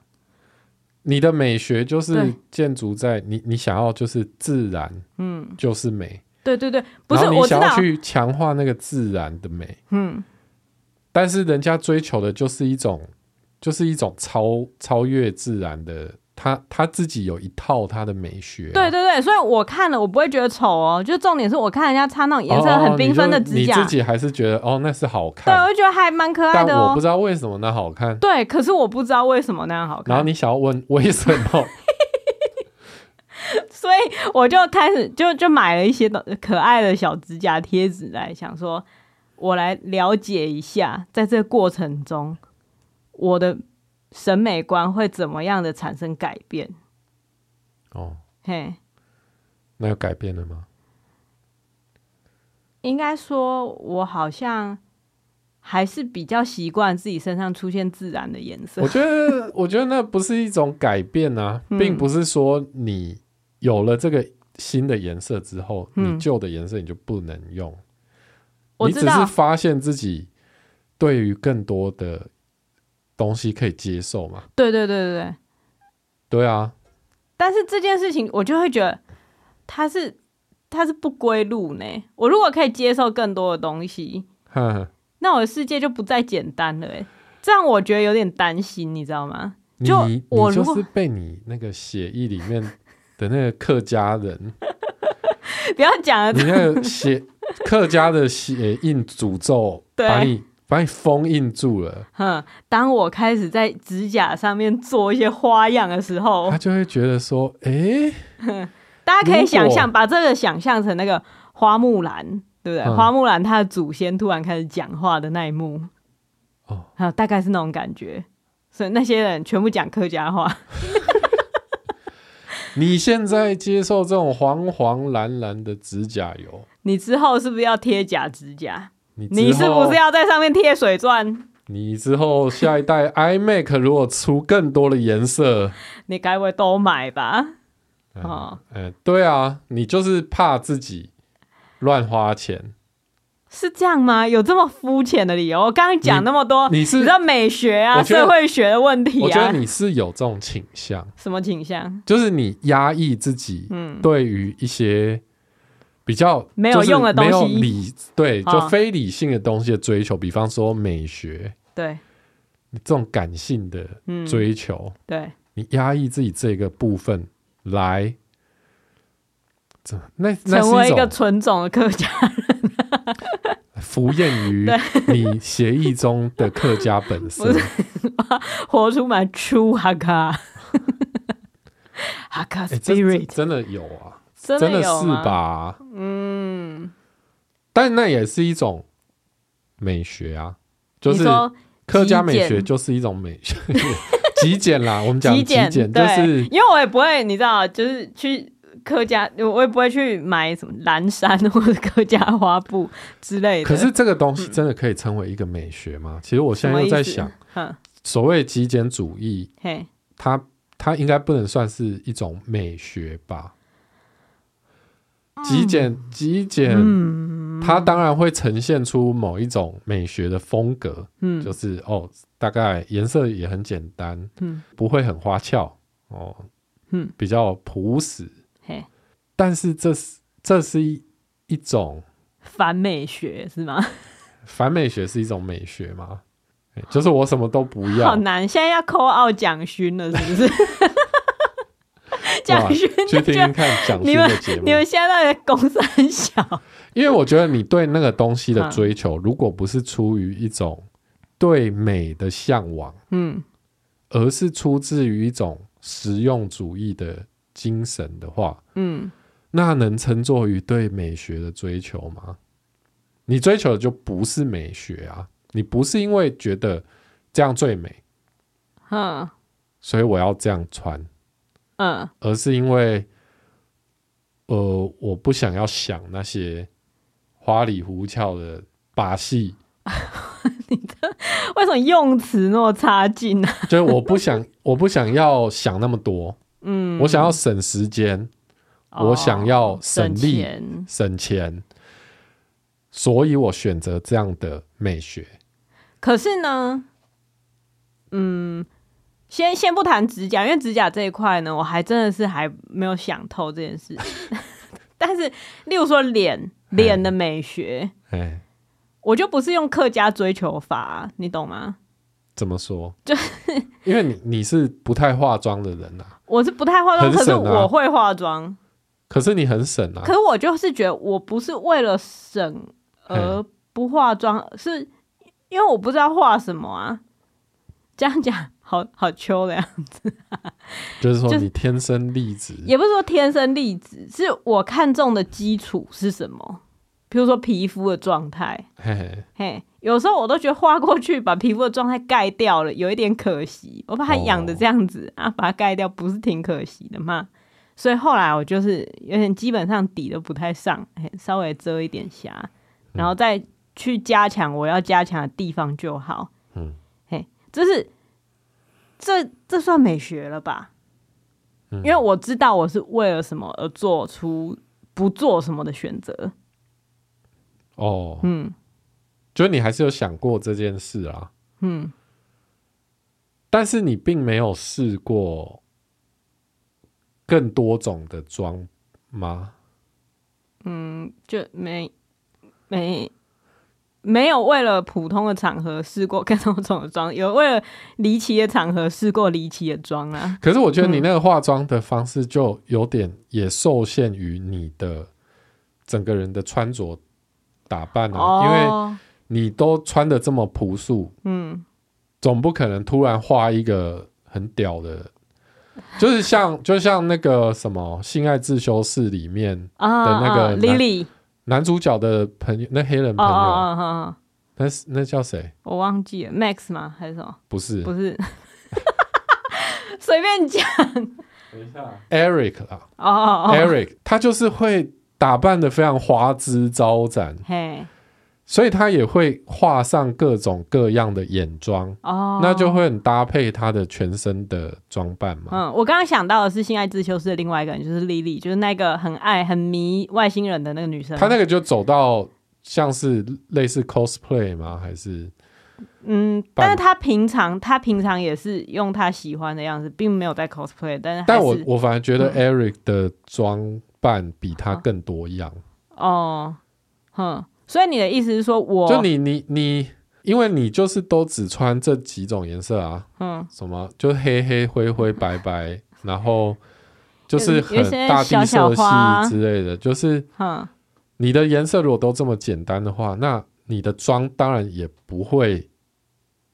[SPEAKER 2] 你的美学就是
[SPEAKER 1] 对
[SPEAKER 2] 建筑在你你想要就是自然，嗯，就是美，
[SPEAKER 1] 对对对，不是
[SPEAKER 2] 然后
[SPEAKER 1] 我
[SPEAKER 2] 你
[SPEAKER 1] 知
[SPEAKER 2] 想要
[SPEAKER 1] 道，
[SPEAKER 2] 去强化那个自然的美，嗯，但是人家追求的就是一种，就是一种超超越自然的，他他自己有一套他的美学、啊
[SPEAKER 1] 对对，对，所以我看了我不会觉得丑哦，就重点是我看人家擦那种颜色
[SPEAKER 2] 哦
[SPEAKER 1] 很
[SPEAKER 2] 哦
[SPEAKER 1] 缤纷的指甲，
[SPEAKER 2] 你就你自己还是觉得哦那是好
[SPEAKER 1] 对
[SPEAKER 2] 看，
[SPEAKER 1] 我就觉得还蛮可爱
[SPEAKER 2] 但
[SPEAKER 1] 的
[SPEAKER 2] 我不
[SPEAKER 1] 哦。
[SPEAKER 2] 知道为什么那好看，
[SPEAKER 1] 对，可是我不知道为什么那样好看
[SPEAKER 2] 然后，你想要问为什么？
[SPEAKER 1] 所以我就开始就就买了一些东可爱的小指甲贴纸来，想说我来了解一下，在这个过程中，我的审美观会怎么样的产生改变？
[SPEAKER 2] 哦，
[SPEAKER 1] 嘿，
[SPEAKER 2] 那有改变了吗？
[SPEAKER 1] 应该说，我好像还是比较习惯自己身上出现自然的颜色
[SPEAKER 2] 我。觉得，我觉得那不是一种改变啊，
[SPEAKER 1] 嗯
[SPEAKER 2] 并不是说你有了这个新的颜色之后，
[SPEAKER 1] 嗯
[SPEAKER 2] 你旧的颜色你就不能用。
[SPEAKER 1] 我
[SPEAKER 2] 你
[SPEAKER 1] 知
[SPEAKER 2] 只是
[SPEAKER 1] 道，
[SPEAKER 2] 发现自己对于更多的东西可以接受嘛？
[SPEAKER 1] 对对对对对。
[SPEAKER 2] 对啊，
[SPEAKER 1] 但是这件事情，我就会觉得它是它是不归路呢。我如果可以接受更多的东西，
[SPEAKER 2] 哼哼
[SPEAKER 1] 那我的世界就不再简单了。哎，这样我觉得有点担心，你知道吗？
[SPEAKER 2] 你
[SPEAKER 1] 就
[SPEAKER 2] 你
[SPEAKER 1] 我如
[SPEAKER 2] 就
[SPEAKER 1] 果
[SPEAKER 2] 是被你那个血液里面的那个客家 人，
[SPEAKER 1] 不要讲了，
[SPEAKER 2] 你那个血客家的血印诅咒，
[SPEAKER 1] 对
[SPEAKER 2] 把你把你封印住了，
[SPEAKER 1] 哼，当我开始在指甲上面做一些花样的时候
[SPEAKER 2] 他，就会觉得说，诶。
[SPEAKER 1] 大家可以想
[SPEAKER 2] 啊如
[SPEAKER 1] 象，把这个想象成那个花木兰，对不对？
[SPEAKER 2] 嗯
[SPEAKER 1] 花木兰她的祖先突然开始讲话的那一幕，
[SPEAKER 2] 哦
[SPEAKER 1] 好，大概是那种感觉。所以那些人全部讲客家话，
[SPEAKER 2] 你现在接受这种黄黄蓝蓝的指甲油，
[SPEAKER 1] 你之后是不是要贴假指甲？
[SPEAKER 2] 你
[SPEAKER 1] 你
[SPEAKER 2] 之
[SPEAKER 1] 是
[SPEAKER 2] 后
[SPEAKER 1] 不是要在上面贴水钻？
[SPEAKER 2] 你之后下一代 iMac 如果出更多的颜色，
[SPEAKER 1] 你该不会都买吧？
[SPEAKER 2] 嗯
[SPEAKER 1] 哦，
[SPEAKER 2] 哎对啊，你就是怕自己乱花钱，
[SPEAKER 1] 是这样吗？有这么肤浅的理由？我刚刚讲那么多，
[SPEAKER 2] 你是
[SPEAKER 1] 哦知道美学啊、
[SPEAKER 2] 我觉得
[SPEAKER 1] 社会学的问题
[SPEAKER 2] 我觉
[SPEAKER 1] 啊
[SPEAKER 2] 得，你是有这种倾向，
[SPEAKER 1] 什么倾向？
[SPEAKER 2] 就是你压抑自己
[SPEAKER 1] 嗯，
[SPEAKER 2] 对于一些比较
[SPEAKER 1] 没有
[SPEAKER 2] 就是
[SPEAKER 1] 用的东西
[SPEAKER 2] 没有理对，
[SPEAKER 1] 啊
[SPEAKER 2] 就非理性的东西的追求，比方说美学
[SPEAKER 1] 对，
[SPEAKER 2] 这种感性的
[SPEAKER 1] 嗯，
[SPEAKER 2] 追求，
[SPEAKER 1] 对，
[SPEAKER 2] 你压抑自己这个部分来，这那那
[SPEAKER 1] 成为
[SPEAKER 2] 是
[SPEAKER 1] 一
[SPEAKER 2] 一
[SPEAKER 1] 个
[SPEAKER 2] 种
[SPEAKER 1] 纯种的客家，
[SPEAKER 2] 浮 现于你协议中的客家本色
[SPEAKER 1] 不。活出满 true 哈 卡，哈卡
[SPEAKER 2] 哎、这这
[SPEAKER 1] spirit，
[SPEAKER 2] 真的有啊，
[SPEAKER 1] 真
[SPEAKER 2] 真的
[SPEAKER 1] 有
[SPEAKER 2] 是
[SPEAKER 1] 吗？
[SPEAKER 2] 吧？
[SPEAKER 1] 嗯，
[SPEAKER 2] 但那也是一种美学啊，就是
[SPEAKER 1] 你说
[SPEAKER 2] 客家美
[SPEAKER 1] 极
[SPEAKER 2] 学
[SPEAKER 1] 简
[SPEAKER 2] 就是一种美学， 极简啦。我们讲
[SPEAKER 1] 极简，
[SPEAKER 2] 简就
[SPEAKER 1] 对，
[SPEAKER 2] 是
[SPEAKER 1] 因为我也不会，你知道，就是去客家，我也不会去买什么蓝山或者客家花布之类的。
[SPEAKER 2] 可是这个东西真的可以称为一个美学吗？其实我现在又在想
[SPEAKER 1] 嗯什，嗯，
[SPEAKER 2] 所谓极简主义，
[SPEAKER 1] 嘿，
[SPEAKER 2] 它它应该不能算是一种美学吧？极简，极简，
[SPEAKER 1] 嗯，
[SPEAKER 2] 它当然会呈现出某一种美学的风格，
[SPEAKER 1] 嗯
[SPEAKER 2] 就是哦，大概颜色也很简单，
[SPEAKER 1] 嗯，
[SPEAKER 2] 不会很花俏哦，
[SPEAKER 1] 嗯，
[SPEAKER 2] 比较朴实，
[SPEAKER 1] 嘿，
[SPEAKER 2] 但是这是这是一一种
[SPEAKER 1] 反美学是吗？
[SPEAKER 2] 反美学是一种美学吗？哎就是我什么都不
[SPEAKER 1] 好
[SPEAKER 2] 要，
[SPEAKER 1] 难，现在要扣奥蒋勋了，是不是？蒋勋
[SPEAKER 2] 哇去
[SPEAKER 1] 就
[SPEAKER 2] 听听看蒋
[SPEAKER 1] 你
[SPEAKER 2] 勋
[SPEAKER 1] 们
[SPEAKER 2] 的节目
[SPEAKER 1] 你，们现在在公三小，
[SPEAKER 2] 因为我觉得你对那个东西的
[SPEAKER 1] 嗯
[SPEAKER 2] 追求，如果不是出于一种对美的向往，
[SPEAKER 1] 嗯，
[SPEAKER 2] 而是出自于一种实用主义的精神的话，
[SPEAKER 1] 嗯，
[SPEAKER 2] 那能称作于对美学的追求吗？你追求的就不是美学啊，你不是因为觉得这样最美，
[SPEAKER 1] 嗯，
[SPEAKER 2] 所以我要这样穿，
[SPEAKER 1] 嗯，
[SPEAKER 2] 而是因为，呃，我不想要想那些花里胡俏的把戏，
[SPEAKER 1] 为什么用词那么差劲啊呢、
[SPEAKER 2] 就是我 不想，我不想要想那么多，
[SPEAKER 1] 嗯，哦
[SPEAKER 2] 我想要省时间，我想要省
[SPEAKER 1] 省
[SPEAKER 2] 力
[SPEAKER 1] 钱
[SPEAKER 2] 省钱，所以我选择这样的美学。
[SPEAKER 1] 可是呢，嗯，先先不谈指甲，因为指甲这一块呢，我还真的是还没有想透这件事情。 但是，例如说脸脸的美学，
[SPEAKER 2] 哎，
[SPEAKER 1] 我就不是用客家追求法啊、你懂吗？
[SPEAKER 2] 怎么说？就 因为你你是不太化妆的人啊，
[SPEAKER 1] 我是不太化妆，
[SPEAKER 2] 很
[SPEAKER 1] 可是
[SPEAKER 2] 省啊
[SPEAKER 1] 我会化妆，
[SPEAKER 2] 可是你很省啊
[SPEAKER 1] 可。是我就是觉得我不是为了省而不化妆，是因为我不知道画什么啊。这样讲好好秋的呀。
[SPEAKER 2] 嗯就是说
[SPEAKER 1] 就
[SPEAKER 2] 你天生丽质，
[SPEAKER 1] 也不是说天生丽质，是我看中的基础是什么？比如说皮肤的状态，
[SPEAKER 2] 嘿嘿，
[SPEAKER 1] 嘿，有时候我都觉得画过去把皮肤的状态盖掉了，有一点可惜。我把
[SPEAKER 2] 哦
[SPEAKER 1] 它养的这样子、啊，把它盖掉，不是挺可惜的吗？所以后来我就是有点基本上底都不太上，嘿稍微遮一点瑕，
[SPEAKER 2] 嗯
[SPEAKER 1] 然后再去加强我要加强的地方就好。
[SPEAKER 2] 嗯，
[SPEAKER 1] 嘿，这是这这算美学了吧？
[SPEAKER 2] 嗯
[SPEAKER 1] 因为我知道我是为了什么而做出不做什么的选择。
[SPEAKER 2] 哦，
[SPEAKER 1] 嗯
[SPEAKER 2] 就是你还是有想过这件事啊，
[SPEAKER 1] 嗯，
[SPEAKER 2] 但是你并没有试过更多种的妆吗？
[SPEAKER 1] 就没没没有为了普通的场合试过各种种的妆，有为了离奇的场合试过离奇的妆啊。
[SPEAKER 2] 可是我觉得你那个化妆的方式就有点也受限于你的整个人的穿着打扮啊，因为
[SPEAKER 1] 哦，
[SPEAKER 2] 你都穿的这么朴素，
[SPEAKER 1] 嗯，
[SPEAKER 2] 总不可能突然画一个很屌的，就是像 就像那个什么《性爱自修室》里面
[SPEAKER 1] 啊
[SPEAKER 2] 的那个
[SPEAKER 1] 啊
[SPEAKER 2] 男
[SPEAKER 1] Lily，
[SPEAKER 2] 男主角的朋友，那黑人
[SPEAKER 1] 哦
[SPEAKER 2] 朋
[SPEAKER 1] 哦
[SPEAKER 2] 友，啊
[SPEAKER 1] 哦哦哦，
[SPEAKER 2] 那是那叫谁？
[SPEAKER 1] 我忘记了 Max 吗？还是什么？
[SPEAKER 2] 不是
[SPEAKER 1] 不是，随便讲
[SPEAKER 2] Eric 啊、
[SPEAKER 1] 哦哦哦
[SPEAKER 2] e r i c 他就是会打扮的非常花枝招展，
[SPEAKER 1] 嘿，
[SPEAKER 2] 所以他也会画上各种各样的眼妆，
[SPEAKER 1] 哦，
[SPEAKER 2] 那就会很搭配他的全身的装扮嘛。
[SPEAKER 1] 嗯，我刚刚想到的是《性爱自修室》的另外一个人，就是 Lily，就是那个很爱、很迷外星人的那个女生。
[SPEAKER 2] 他那个就走到像是类似 cosplay 吗？还是
[SPEAKER 1] 嗯，
[SPEAKER 2] 扮
[SPEAKER 1] 但是她平常她平常也是用她喜欢的样子，并没有在 cosplay，但是还嗯
[SPEAKER 2] 但
[SPEAKER 1] 是嗯
[SPEAKER 2] 我我反而觉得 Eric 的装扮比他更多样，
[SPEAKER 1] 哦，哼，所以你的意思是说我
[SPEAKER 2] 就你你你，因为你就是都只穿这几种颜色啊，
[SPEAKER 1] 嗯，
[SPEAKER 2] 什么就是黑黑灰灰白白，然后就是
[SPEAKER 1] 有有
[SPEAKER 2] 很
[SPEAKER 1] 些
[SPEAKER 2] 大
[SPEAKER 1] 小
[SPEAKER 2] 地
[SPEAKER 1] 小
[SPEAKER 2] 色
[SPEAKER 1] 花
[SPEAKER 2] 系之类的，就是
[SPEAKER 1] 哼，
[SPEAKER 2] 你的颜色如果都这么简单的话，那你的妆当然也不会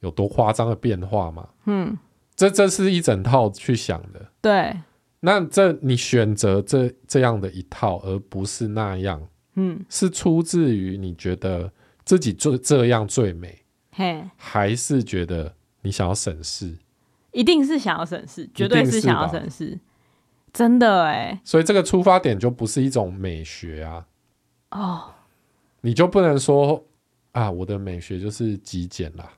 [SPEAKER 2] 有多夸张的变化嘛。
[SPEAKER 1] 嗯，
[SPEAKER 2] 这这是一整套去想的。
[SPEAKER 1] 对，
[SPEAKER 2] 那这你选择这这样的一套，而不是那样，
[SPEAKER 1] 嗯，
[SPEAKER 2] 是出自于你觉得自己就这样最美，
[SPEAKER 1] 嘿，
[SPEAKER 2] 还是觉得你想要省事？
[SPEAKER 1] 一定是想要省事，绝
[SPEAKER 2] 一
[SPEAKER 1] 对
[SPEAKER 2] 定
[SPEAKER 1] 是
[SPEAKER 2] 是
[SPEAKER 1] 想要
[SPEAKER 2] 吧
[SPEAKER 1] 省事，真的哎，
[SPEAKER 2] 所以这个出发点就不是一种美学啊，
[SPEAKER 1] 哦，
[SPEAKER 2] 你就不能说啊，我的美学就是极简啦。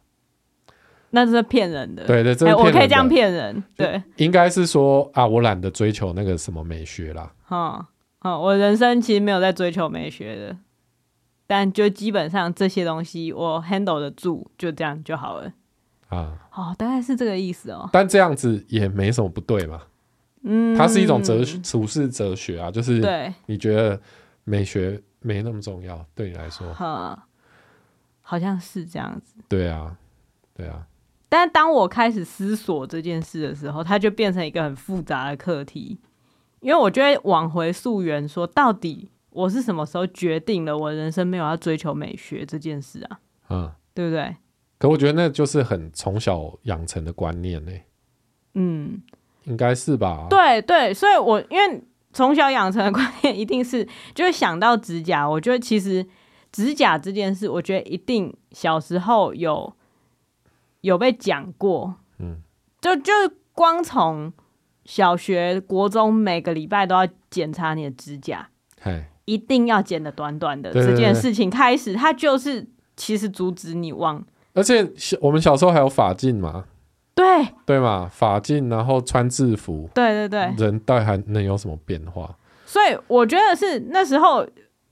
[SPEAKER 1] 那是骗人的，
[SPEAKER 2] 对对，这
[SPEAKER 1] 哎，
[SPEAKER 2] 是
[SPEAKER 1] 我
[SPEAKER 2] 骗
[SPEAKER 1] 可以
[SPEAKER 2] 人
[SPEAKER 1] 这样
[SPEAKER 2] 的
[SPEAKER 1] 骗人，对，
[SPEAKER 2] 应该是说啊，我懒得追求那个什么美学啦。
[SPEAKER 1] 嗯嗯，我人生其实没有在追求美学的，但就基本上这些东西我 handle 得住，就这样就好了。
[SPEAKER 2] 啊，
[SPEAKER 1] 哦，大概是这个意思哦。
[SPEAKER 2] 但这样子也没什么不对嘛。
[SPEAKER 1] 嗯，
[SPEAKER 2] 它是一种哲学，处世哲学啊，就是
[SPEAKER 1] 对，
[SPEAKER 2] 你觉得美学没那么重要，对你来说，
[SPEAKER 1] 嗯，好像是这样子。
[SPEAKER 2] 对啊，对啊，
[SPEAKER 1] 但当我开始思索这件事的时候，它就变成一个很复杂的课题，因为我就会往回溯源，说到底我是什么时候决定了我人生没有要追求美学这件事啊？
[SPEAKER 2] 嗯。
[SPEAKER 1] 对不对？
[SPEAKER 2] 可我觉得那就是很从小养成的观念呢、
[SPEAKER 1] 嗯，
[SPEAKER 2] 应该是吧？，
[SPEAKER 1] 对对，所以我因为从小养成的观念一定是，就是想到指甲，我觉得其实指甲这件事，我觉得一定小时候有有被讲过，
[SPEAKER 2] 嗯，
[SPEAKER 1] 就就是光从小学、国中每个礼拜都要检查你的指甲，
[SPEAKER 2] 嗨，
[SPEAKER 1] 一定要剪的短短的
[SPEAKER 2] 对对
[SPEAKER 1] 这件
[SPEAKER 2] 对
[SPEAKER 1] 事情开始，它就是其实阻止你忘
[SPEAKER 2] 而且小我们小时候还有法镜嘛，
[SPEAKER 1] 对
[SPEAKER 2] 对嘛？法镜，然后穿制服，
[SPEAKER 1] 对对对，
[SPEAKER 2] 人到底还能有什么变化？
[SPEAKER 1] 所以我觉得是那时候，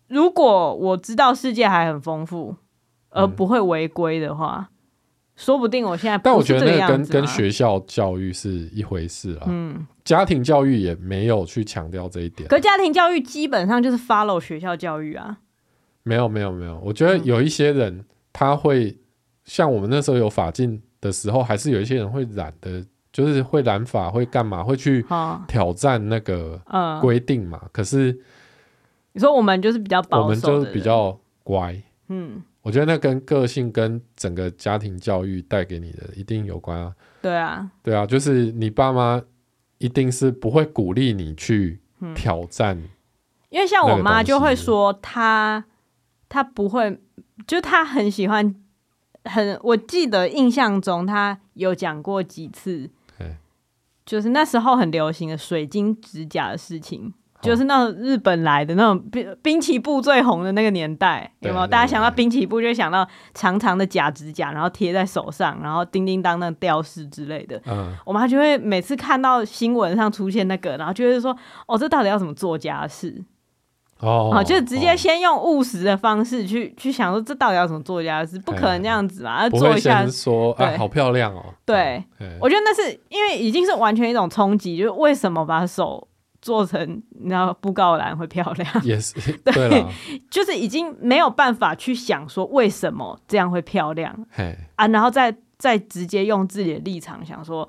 [SPEAKER 1] 如果我知道世界还很丰富，
[SPEAKER 2] 嗯
[SPEAKER 1] 而不会违规的话，说不定我现在
[SPEAKER 2] 但
[SPEAKER 1] 不
[SPEAKER 2] 我
[SPEAKER 1] 是
[SPEAKER 2] 觉得
[SPEAKER 1] 这
[SPEAKER 2] 那
[SPEAKER 1] 样
[SPEAKER 2] 个跟
[SPEAKER 1] 子啊
[SPEAKER 2] 跟学校教育是一回事啊，嗯，家庭教育也没有去强调这一点。
[SPEAKER 1] 可家庭教育基本上就是 follow 学校教育啊，
[SPEAKER 2] 没有没有没有，我觉得
[SPEAKER 1] 嗯
[SPEAKER 2] 有一些人他会像我们那时候有法镜的时候，还是有一些人会染的，就是会染发，会干嘛，会去
[SPEAKER 1] 哈、
[SPEAKER 2] 挑战那个
[SPEAKER 1] 嗯，
[SPEAKER 2] 规定嘛。可是
[SPEAKER 1] 你说我们就是比较
[SPEAKER 2] 我
[SPEAKER 1] 保
[SPEAKER 2] 们
[SPEAKER 1] 守
[SPEAKER 2] 就
[SPEAKER 1] 的
[SPEAKER 2] 是
[SPEAKER 1] 人，
[SPEAKER 2] 比较乖，
[SPEAKER 1] 嗯，
[SPEAKER 2] 我觉得那跟个性跟整个家庭教育带给你的一定有关啊。
[SPEAKER 1] 对啊，
[SPEAKER 2] 对啊，就是你爸妈一定是不会鼓励你去
[SPEAKER 1] 嗯
[SPEAKER 2] 挑战，
[SPEAKER 1] 因为像我妈就会
[SPEAKER 2] 那个东西
[SPEAKER 1] 说她，她不会，就她很喜欢，很我记得印象中她有讲过几次
[SPEAKER 2] 嘿，
[SPEAKER 1] 就是那时候很流行的水晶指甲的事情。
[SPEAKER 2] 哦
[SPEAKER 1] 就是那种日本来的那种滨滨崎步最红的那个年代，有
[SPEAKER 2] 对
[SPEAKER 1] 没有？
[SPEAKER 2] 对
[SPEAKER 1] 大家想到
[SPEAKER 2] 对
[SPEAKER 1] 滨崎步就会想到长长的假指甲，然后贴在手上，然后叮叮当当的吊饰之类的。
[SPEAKER 2] 嗯，
[SPEAKER 1] 我妈就会每次看到新闻上出现那个，然后就会说：“哦，这到底要怎么做家事？”
[SPEAKER 2] 哦，
[SPEAKER 1] 哦，就是直接
[SPEAKER 2] 哦
[SPEAKER 1] 先用务实的方式去去想说，这到底要怎么做家事？不可能这样子嘛，要
[SPEAKER 2] 哦不
[SPEAKER 1] 做
[SPEAKER 2] 会
[SPEAKER 1] 一下
[SPEAKER 2] 先。说啊，
[SPEAKER 1] 对
[SPEAKER 2] 好漂亮哦，
[SPEAKER 1] 对，
[SPEAKER 2] 嗯，
[SPEAKER 1] 我觉得那是因为已经是完全一种冲击，就是为什么把手做成你知道布告栏会漂亮，
[SPEAKER 2] 也是对了，
[SPEAKER 1] 就是已经没有办法去想说为什么这样会漂亮
[SPEAKER 2] 嘿，
[SPEAKER 1] 啊，然后再再直接用自己的立场想说。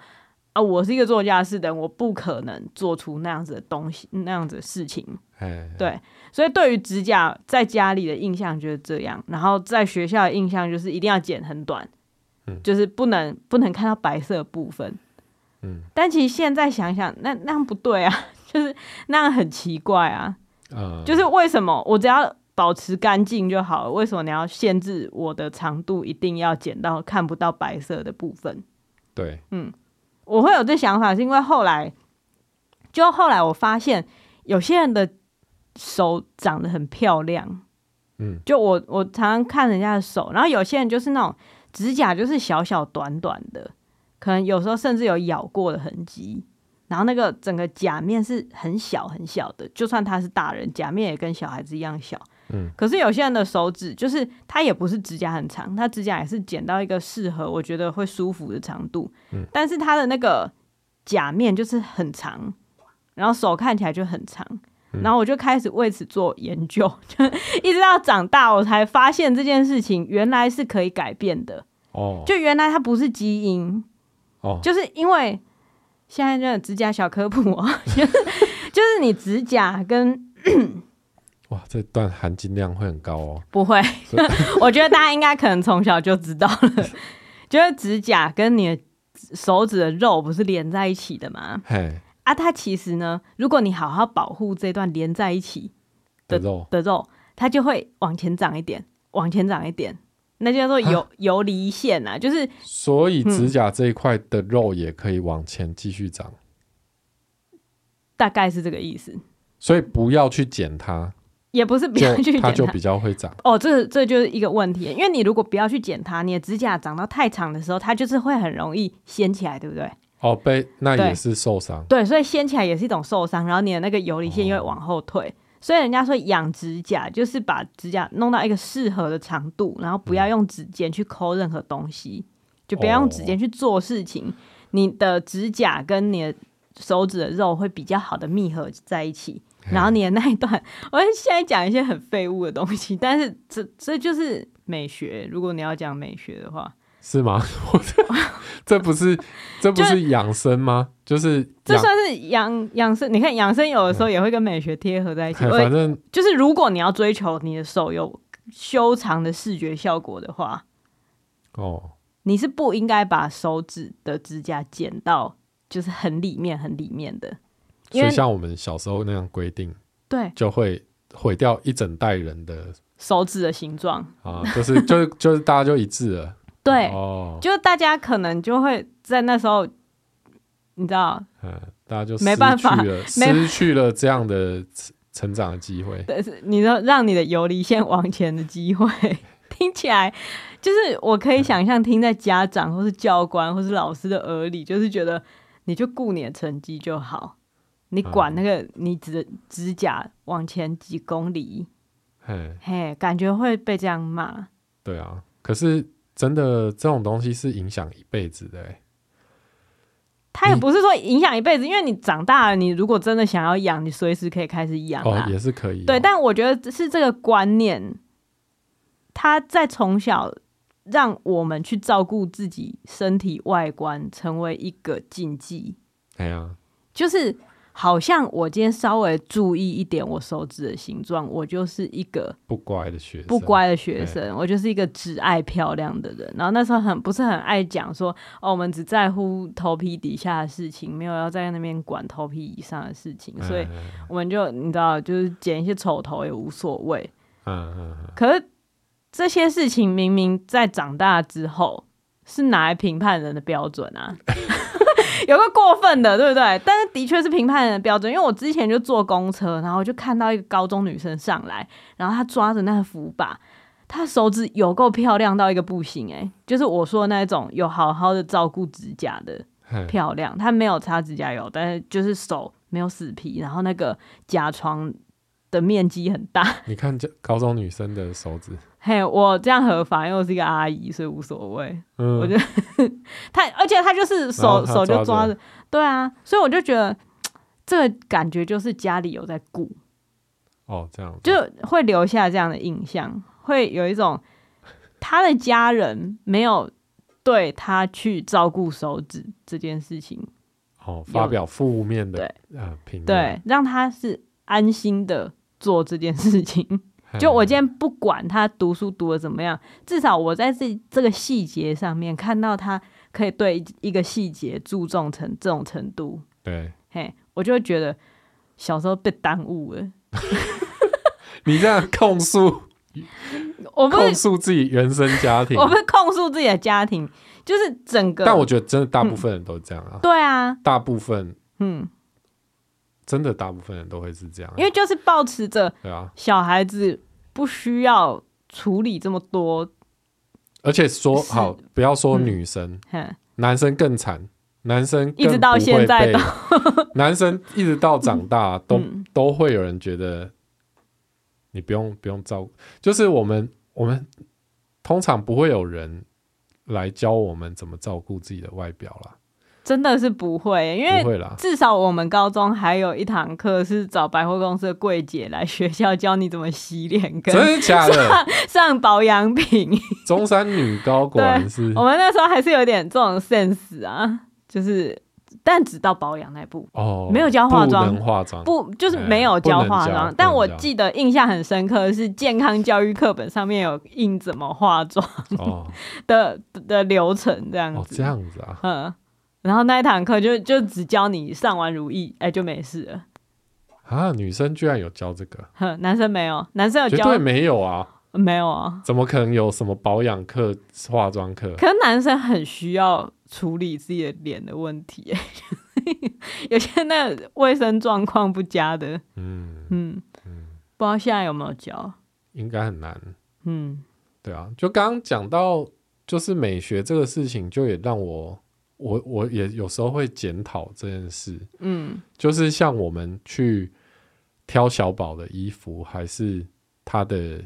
[SPEAKER 1] 啊，我是一个做家事的人，我不可能做出那样子的东西，那样子的事情。
[SPEAKER 2] 哎，
[SPEAKER 1] 对，所以对于指甲在家里的印象就是这样，然后在学校的印象就是一定要剪很短，
[SPEAKER 2] 嗯
[SPEAKER 1] 就是不能不能看到白色的部分。
[SPEAKER 2] 嗯，
[SPEAKER 1] 但其实现在想想，那那样不对啊， 就是那样很奇怪啊，
[SPEAKER 2] 嗯，
[SPEAKER 1] 就是为什么我只要保持干净就好了，为什么你要限制我的长度一定要剪到看不到白色的部分？
[SPEAKER 2] 对，
[SPEAKER 1] 我会有这想法，是因为后来，就后来我发现有些人的手长得很漂亮，
[SPEAKER 2] 嗯，
[SPEAKER 1] 就我我常常看人家的手，然后有些人就是那种指甲就是小小短短的，可能有时候甚至有咬过的痕迹，然后那个整个甲面是很小很小的，就算他是大人，甲面也跟小孩子一样小。
[SPEAKER 2] 嗯，
[SPEAKER 1] 可是有些人的手指就是他也不是指甲很长，他指甲也是剪到一个适合我觉得会舒服的长度，
[SPEAKER 2] 嗯，
[SPEAKER 1] 但是他的那个甲面就是很长，然后手看起来就很长，然后我就开始为此做研究， 就一直到长大，我才发现这件事情原来是可以改变的。
[SPEAKER 2] 哦
[SPEAKER 1] 就原来它不是基因，
[SPEAKER 2] 哦，
[SPEAKER 1] 就是因为现在真的指甲小科普哦，就是 就是你指甲跟
[SPEAKER 2] 哇，这段含金量会很高哦。
[SPEAKER 1] 不会， 我觉得大家应该可能从小就知道了，就是指甲跟你的手指的肉不是连在一起的吗？
[SPEAKER 2] 嘿，
[SPEAKER 1] 啊，它其实呢，如果你好好保护这段连在一起
[SPEAKER 2] 的肉
[SPEAKER 1] 的肉，它就会往前长一点，往前长一点，那叫做游游离线啊，就是
[SPEAKER 2] 所以指甲这一块的肉也可以往前继续长，
[SPEAKER 1] 大概是这个意思，
[SPEAKER 2] 所以不要去剪它，
[SPEAKER 1] 也不是不要去
[SPEAKER 2] 就
[SPEAKER 1] 剪
[SPEAKER 2] 它就
[SPEAKER 1] 它。
[SPEAKER 2] 比较会长。
[SPEAKER 1] 哦，这这就是一个问题，因为你如果不要去剪它，你的指甲长到太长的时候，它就是会很容易掀起来，对不对？
[SPEAKER 2] 哦，被那
[SPEAKER 1] 对
[SPEAKER 2] 也是受伤。
[SPEAKER 1] 对，所以掀起来也是一种受伤，然后你的那个游离线又会往后退。所以人家说养指甲就是把指甲弄到一个适合的长度，然后不要用指尖去抠任何东西，就不要用指尖去做事情。你的指甲跟你的手指的肉会比较好的密合在一起，然后你的那一段，我现在讲一些很废物的东西，但是这这就是美学。如果你要讲美学的话，
[SPEAKER 2] 是吗？ 我这这不是这不
[SPEAKER 1] 就是
[SPEAKER 2] 养生吗？就是
[SPEAKER 1] 这
[SPEAKER 2] 养，
[SPEAKER 1] 算是养养生。你看养生有的时候也会跟美学贴合在一起，
[SPEAKER 2] 嘿
[SPEAKER 1] 我
[SPEAKER 2] 反正
[SPEAKER 1] 就是如果你要追求你的手有修长的视觉效果的话，
[SPEAKER 2] 哦，
[SPEAKER 1] 你是不应该把手指的指甲剪到就是很里面很里面的，因
[SPEAKER 2] 所
[SPEAKER 1] 为
[SPEAKER 2] 以像我们小时候那样规定，
[SPEAKER 1] 对
[SPEAKER 2] 就会毁掉一整代人的
[SPEAKER 1] 手指的形状，
[SPEAKER 2] 啊，就是 就是就是大家就一致了。
[SPEAKER 1] 对，
[SPEAKER 2] 哦，
[SPEAKER 1] 就是大家可能就会在那时候，你知道，
[SPEAKER 2] 嗯，大家就
[SPEAKER 1] 没办法
[SPEAKER 2] 失去了
[SPEAKER 1] 没
[SPEAKER 2] 失去了这样的成成长的机会。
[SPEAKER 1] 但是你让让你的游离线往前的机会， 听起来就是我可以想象听在家长或是教官或是老师的耳里，就是觉得你就顾你的成绩就好，你管
[SPEAKER 2] 嗯
[SPEAKER 1] 那个你指指甲往前几公里，
[SPEAKER 2] 嘿，
[SPEAKER 1] 嘿，感觉会被这样骂。
[SPEAKER 2] 对啊，可是真的这种东西是影响一辈子的、欸。
[SPEAKER 1] 他也
[SPEAKER 2] 你
[SPEAKER 1] 不是说影响一辈子，因为你长大了，你如果真的想要养，你随时可以开始养
[SPEAKER 2] 哦
[SPEAKER 1] 啊，。
[SPEAKER 2] 也是可以哦、
[SPEAKER 1] 对，但我觉得是这个观念，他在从小让我们去照顾自己身体外观，成为一个禁忌，
[SPEAKER 2] 哎呀，
[SPEAKER 1] 就是好像我今天稍微注意一点我手指的形状，我就是一个
[SPEAKER 2] 不乖的学生，
[SPEAKER 1] 不乖的学生，我就是一个只爱漂亮的人。然后那时候很不是很爱讲说，哦，我们只在乎头皮底下的事情，没有要在那边管头皮以上的事情，
[SPEAKER 2] 嗯，
[SPEAKER 1] 所以
[SPEAKER 2] 嗯嗯
[SPEAKER 1] 我们就你知道，就是剪一些丑头也无所谓。
[SPEAKER 2] 嗯嗯嗯，
[SPEAKER 1] 可是这些事情明明在长大之后是拿来评判人的标准啊， 有个过分的，对不对？但是的确是评判人的标准，因为我之前就坐公车，然后我就看到一个高中女生上来，然后她抓着那个扶把。她手指有够漂亮到一个不行哎、就是我说的那种有好好的照顾指甲的
[SPEAKER 2] 嘿
[SPEAKER 1] 漂亮，她没有擦指甲油，但是就是手没有死皮，然后那个甲床的面积很大，
[SPEAKER 2] 你看这高中女生的手指，
[SPEAKER 1] 嘿，我这样合法，因为我是一个阿姨，所以无所谓。
[SPEAKER 2] 嗯，
[SPEAKER 1] 我觉他而且他就是手
[SPEAKER 2] 然后他
[SPEAKER 1] 手就抓
[SPEAKER 2] 抓着
[SPEAKER 1] 着，对啊，所以我就觉得这个感觉就是家里有在顾，
[SPEAKER 2] 哦这样子，
[SPEAKER 1] 就会留下这样的印象，会有一种他的家人没有对他去照顾手指这件事情，
[SPEAKER 2] 哦发表负面的呃评论，
[SPEAKER 1] 对，让他是安心的做这件事情。
[SPEAKER 2] 嘿，
[SPEAKER 1] 就我今天不管他读书读的怎么样，至少我在这这个细节上面看到他可以对一个细节注重成这种程度，
[SPEAKER 2] 对
[SPEAKER 1] 嘿，我就会觉得小时候被耽误了。
[SPEAKER 2] 你这样控诉
[SPEAKER 1] 我不
[SPEAKER 2] 控
[SPEAKER 1] 是
[SPEAKER 2] 诉自己原生家庭
[SPEAKER 1] 我，不是控诉自己的家庭，就是整个。
[SPEAKER 2] 但我觉得真的大部分人都这样啊，
[SPEAKER 1] 对啊，
[SPEAKER 2] 大部分
[SPEAKER 1] 嗯，
[SPEAKER 2] 真的大部分人都会是这样啊，
[SPEAKER 1] 因为就是保持着
[SPEAKER 2] 对啊，
[SPEAKER 1] 小孩子不需要处理这么多，
[SPEAKER 2] 而且说
[SPEAKER 1] 是
[SPEAKER 2] 好不要说女生，
[SPEAKER 1] 哼，
[SPEAKER 2] 男生更惨，男生更
[SPEAKER 1] 一直到现在都 嗯
[SPEAKER 2] 不会被 男生一直到长大都、都会有人觉得你不用不用照顾，就是我们我们通常不会有人来教我们怎么照顾自己的外表啦，
[SPEAKER 1] 真的是不会，因
[SPEAKER 2] 不
[SPEAKER 1] 为
[SPEAKER 2] 会啦。
[SPEAKER 1] 至少我们高中还有一堂课是找百货公司的柜姐来学校教你怎么洗脸
[SPEAKER 2] 真
[SPEAKER 1] 跟
[SPEAKER 2] 的假 的？
[SPEAKER 1] 上保养品。
[SPEAKER 2] 中山女高果然是
[SPEAKER 1] 我们那时候还是有点这种 sense 啊，就是但只到保养那一步，
[SPEAKER 2] 哦，
[SPEAKER 1] 没有教化妆
[SPEAKER 2] 不能化妆，
[SPEAKER 1] 不就是
[SPEAKER 2] 哎
[SPEAKER 1] 没有教
[SPEAKER 2] 不能
[SPEAKER 1] 化
[SPEAKER 2] 教
[SPEAKER 1] 妆。
[SPEAKER 2] 不
[SPEAKER 1] 但
[SPEAKER 2] 能
[SPEAKER 1] 我
[SPEAKER 2] 教
[SPEAKER 1] 记得印象很深刻的是健康教育课本上面有印怎么化妆
[SPEAKER 2] 哦
[SPEAKER 1] 的的流程这样
[SPEAKER 2] 哦
[SPEAKER 1] 子，
[SPEAKER 2] 这样子啊，
[SPEAKER 1] 嗯。然后那一堂课就就只教你上完如意，哎、就没事了。
[SPEAKER 2] 啊，女生居然有教这个，
[SPEAKER 1] 哼，男生没有，男生有
[SPEAKER 2] 绝
[SPEAKER 1] 教
[SPEAKER 2] 对没有啊，
[SPEAKER 1] 没有啊？
[SPEAKER 2] 怎么可能有什么保养课、化妆课？
[SPEAKER 1] 可是男生很需要处理自己的脸的问题， 哎有些那个卫生状况不佳的，
[SPEAKER 2] 嗯，
[SPEAKER 1] 嗯，不知道现在有没有教，
[SPEAKER 2] 应该很难。
[SPEAKER 1] 嗯
[SPEAKER 2] 对啊，就刚刚讲到就是美学这个事情，就也让我我我也有时候会检讨这件事，
[SPEAKER 1] 嗯
[SPEAKER 2] 就是像我们去挑小宝的衣服，还是他的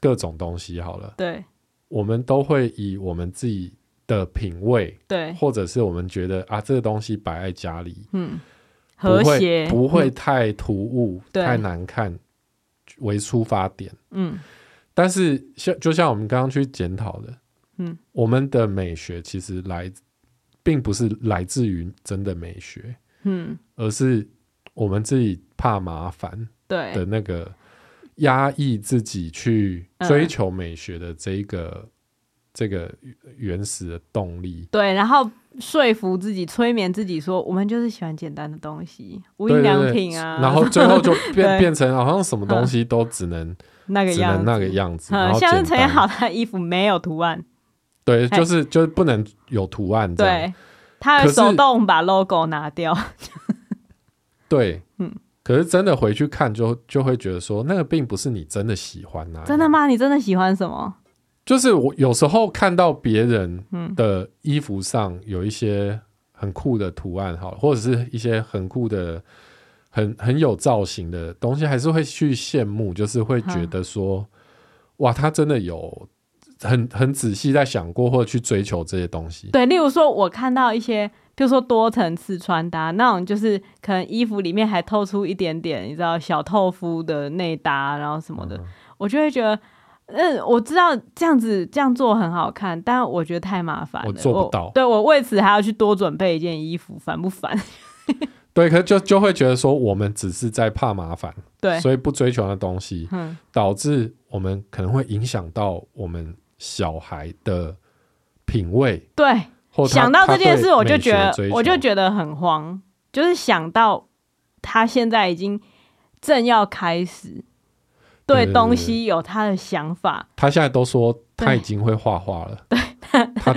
[SPEAKER 2] 各种东西好了，
[SPEAKER 1] 对
[SPEAKER 2] 我们都会以我们自己的品味，
[SPEAKER 1] 对，
[SPEAKER 2] 或者是我们觉得啊这个东西摆在家里
[SPEAKER 1] 嗯，
[SPEAKER 2] 不
[SPEAKER 1] 和
[SPEAKER 2] 会
[SPEAKER 1] 谐嗯
[SPEAKER 2] 不会，太突兀、
[SPEAKER 1] 对
[SPEAKER 2] 太难看为出发点。
[SPEAKER 1] 嗯
[SPEAKER 2] 但是像就像我们刚刚去检讨的，
[SPEAKER 1] 嗯，
[SPEAKER 2] 我们的美学其实来，并不是来自于真的美学，
[SPEAKER 1] 嗯，
[SPEAKER 2] 而是我们自己怕麻烦的
[SPEAKER 1] 对
[SPEAKER 2] 那个压抑自己去
[SPEAKER 1] 嗯
[SPEAKER 2] 追求美学的这一个、这个原始的动力。
[SPEAKER 1] 对，然后说服自己、催眠自己说，我们就是喜欢简单的东西，无
[SPEAKER 2] 对
[SPEAKER 1] 印
[SPEAKER 2] 对
[SPEAKER 1] 良
[SPEAKER 2] 对
[SPEAKER 1] 品啊，
[SPEAKER 2] 然后最后就变
[SPEAKER 1] 对嗯
[SPEAKER 2] 变成好像什么东西都只能、
[SPEAKER 1] 那个
[SPEAKER 2] 只
[SPEAKER 1] 样
[SPEAKER 2] 能
[SPEAKER 1] 子，
[SPEAKER 2] 那个样子，然
[SPEAKER 1] 嗯，
[SPEAKER 2] 后
[SPEAKER 1] 像是
[SPEAKER 2] 简
[SPEAKER 1] 陈彦
[SPEAKER 2] 单
[SPEAKER 1] 豪他的衣服没有图案，
[SPEAKER 2] 对，
[SPEAKER 1] 哎
[SPEAKER 2] 就是就是不能有图案这样，
[SPEAKER 1] 对，他
[SPEAKER 2] 可
[SPEAKER 1] 还
[SPEAKER 2] 是
[SPEAKER 1] 手动把 logo 拿掉，
[SPEAKER 2] 对，
[SPEAKER 1] 嗯
[SPEAKER 2] 可是真的回去看就，就会觉得说，那个并不是你真的喜欢啊呐、
[SPEAKER 1] 真的？吗？你真的喜欢什
[SPEAKER 2] 哎
[SPEAKER 1] 么？
[SPEAKER 2] 就是我有时候看到别人
[SPEAKER 1] 嗯
[SPEAKER 2] 的衣服上有一些很酷的图案，好了，或者是一些很酷的、很很有造型的东西，还是会去羡慕，就是会觉得说，哇，他真的有很很仔细在想过，或者去追求这些东西。
[SPEAKER 1] 对，例如说，我看到一些，比如说多层次穿搭那种，就是可能衣服里面还透出一点点，你知道小透肤的内搭，然后什
[SPEAKER 2] 嗯
[SPEAKER 1] 么的，我就会觉得，嗯，我知道这样子这样做很好看，但我觉得太麻烦了，
[SPEAKER 2] 我做不到
[SPEAKER 1] 对我为此还要去多准备一件衣服，烦不烦？
[SPEAKER 2] 对，可是就就会觉得说，我们只是在怕麻烦，
[SPEAKER 1] 对，
[SPEAKER 2] 所以不追求那东西。
[SPEAKER 1] 嗯，
[SPEAKER 2] 导致我们可能会影响到我们小孩的品味，
[SPEAKER 1] 对。
[SPEAKER 2] 或他
[SPEAKER 1] 想到这件事，我就觉得
[SPEAKER 2] 他对美学的追，求
[SPEAKER 1] 我就觉得很慌，就是想到他现在已经正要开始
[SPEAKER 2] 对
[SPEAKER 1] 对
[SPEAKER 2] 对
[SPEAKER 1] 东西有他的想法，
[SPEAKER 2] 他现在都说他
[SPEAKER 1] 对
[SPEAKER 2] 已经会画画了，对， 他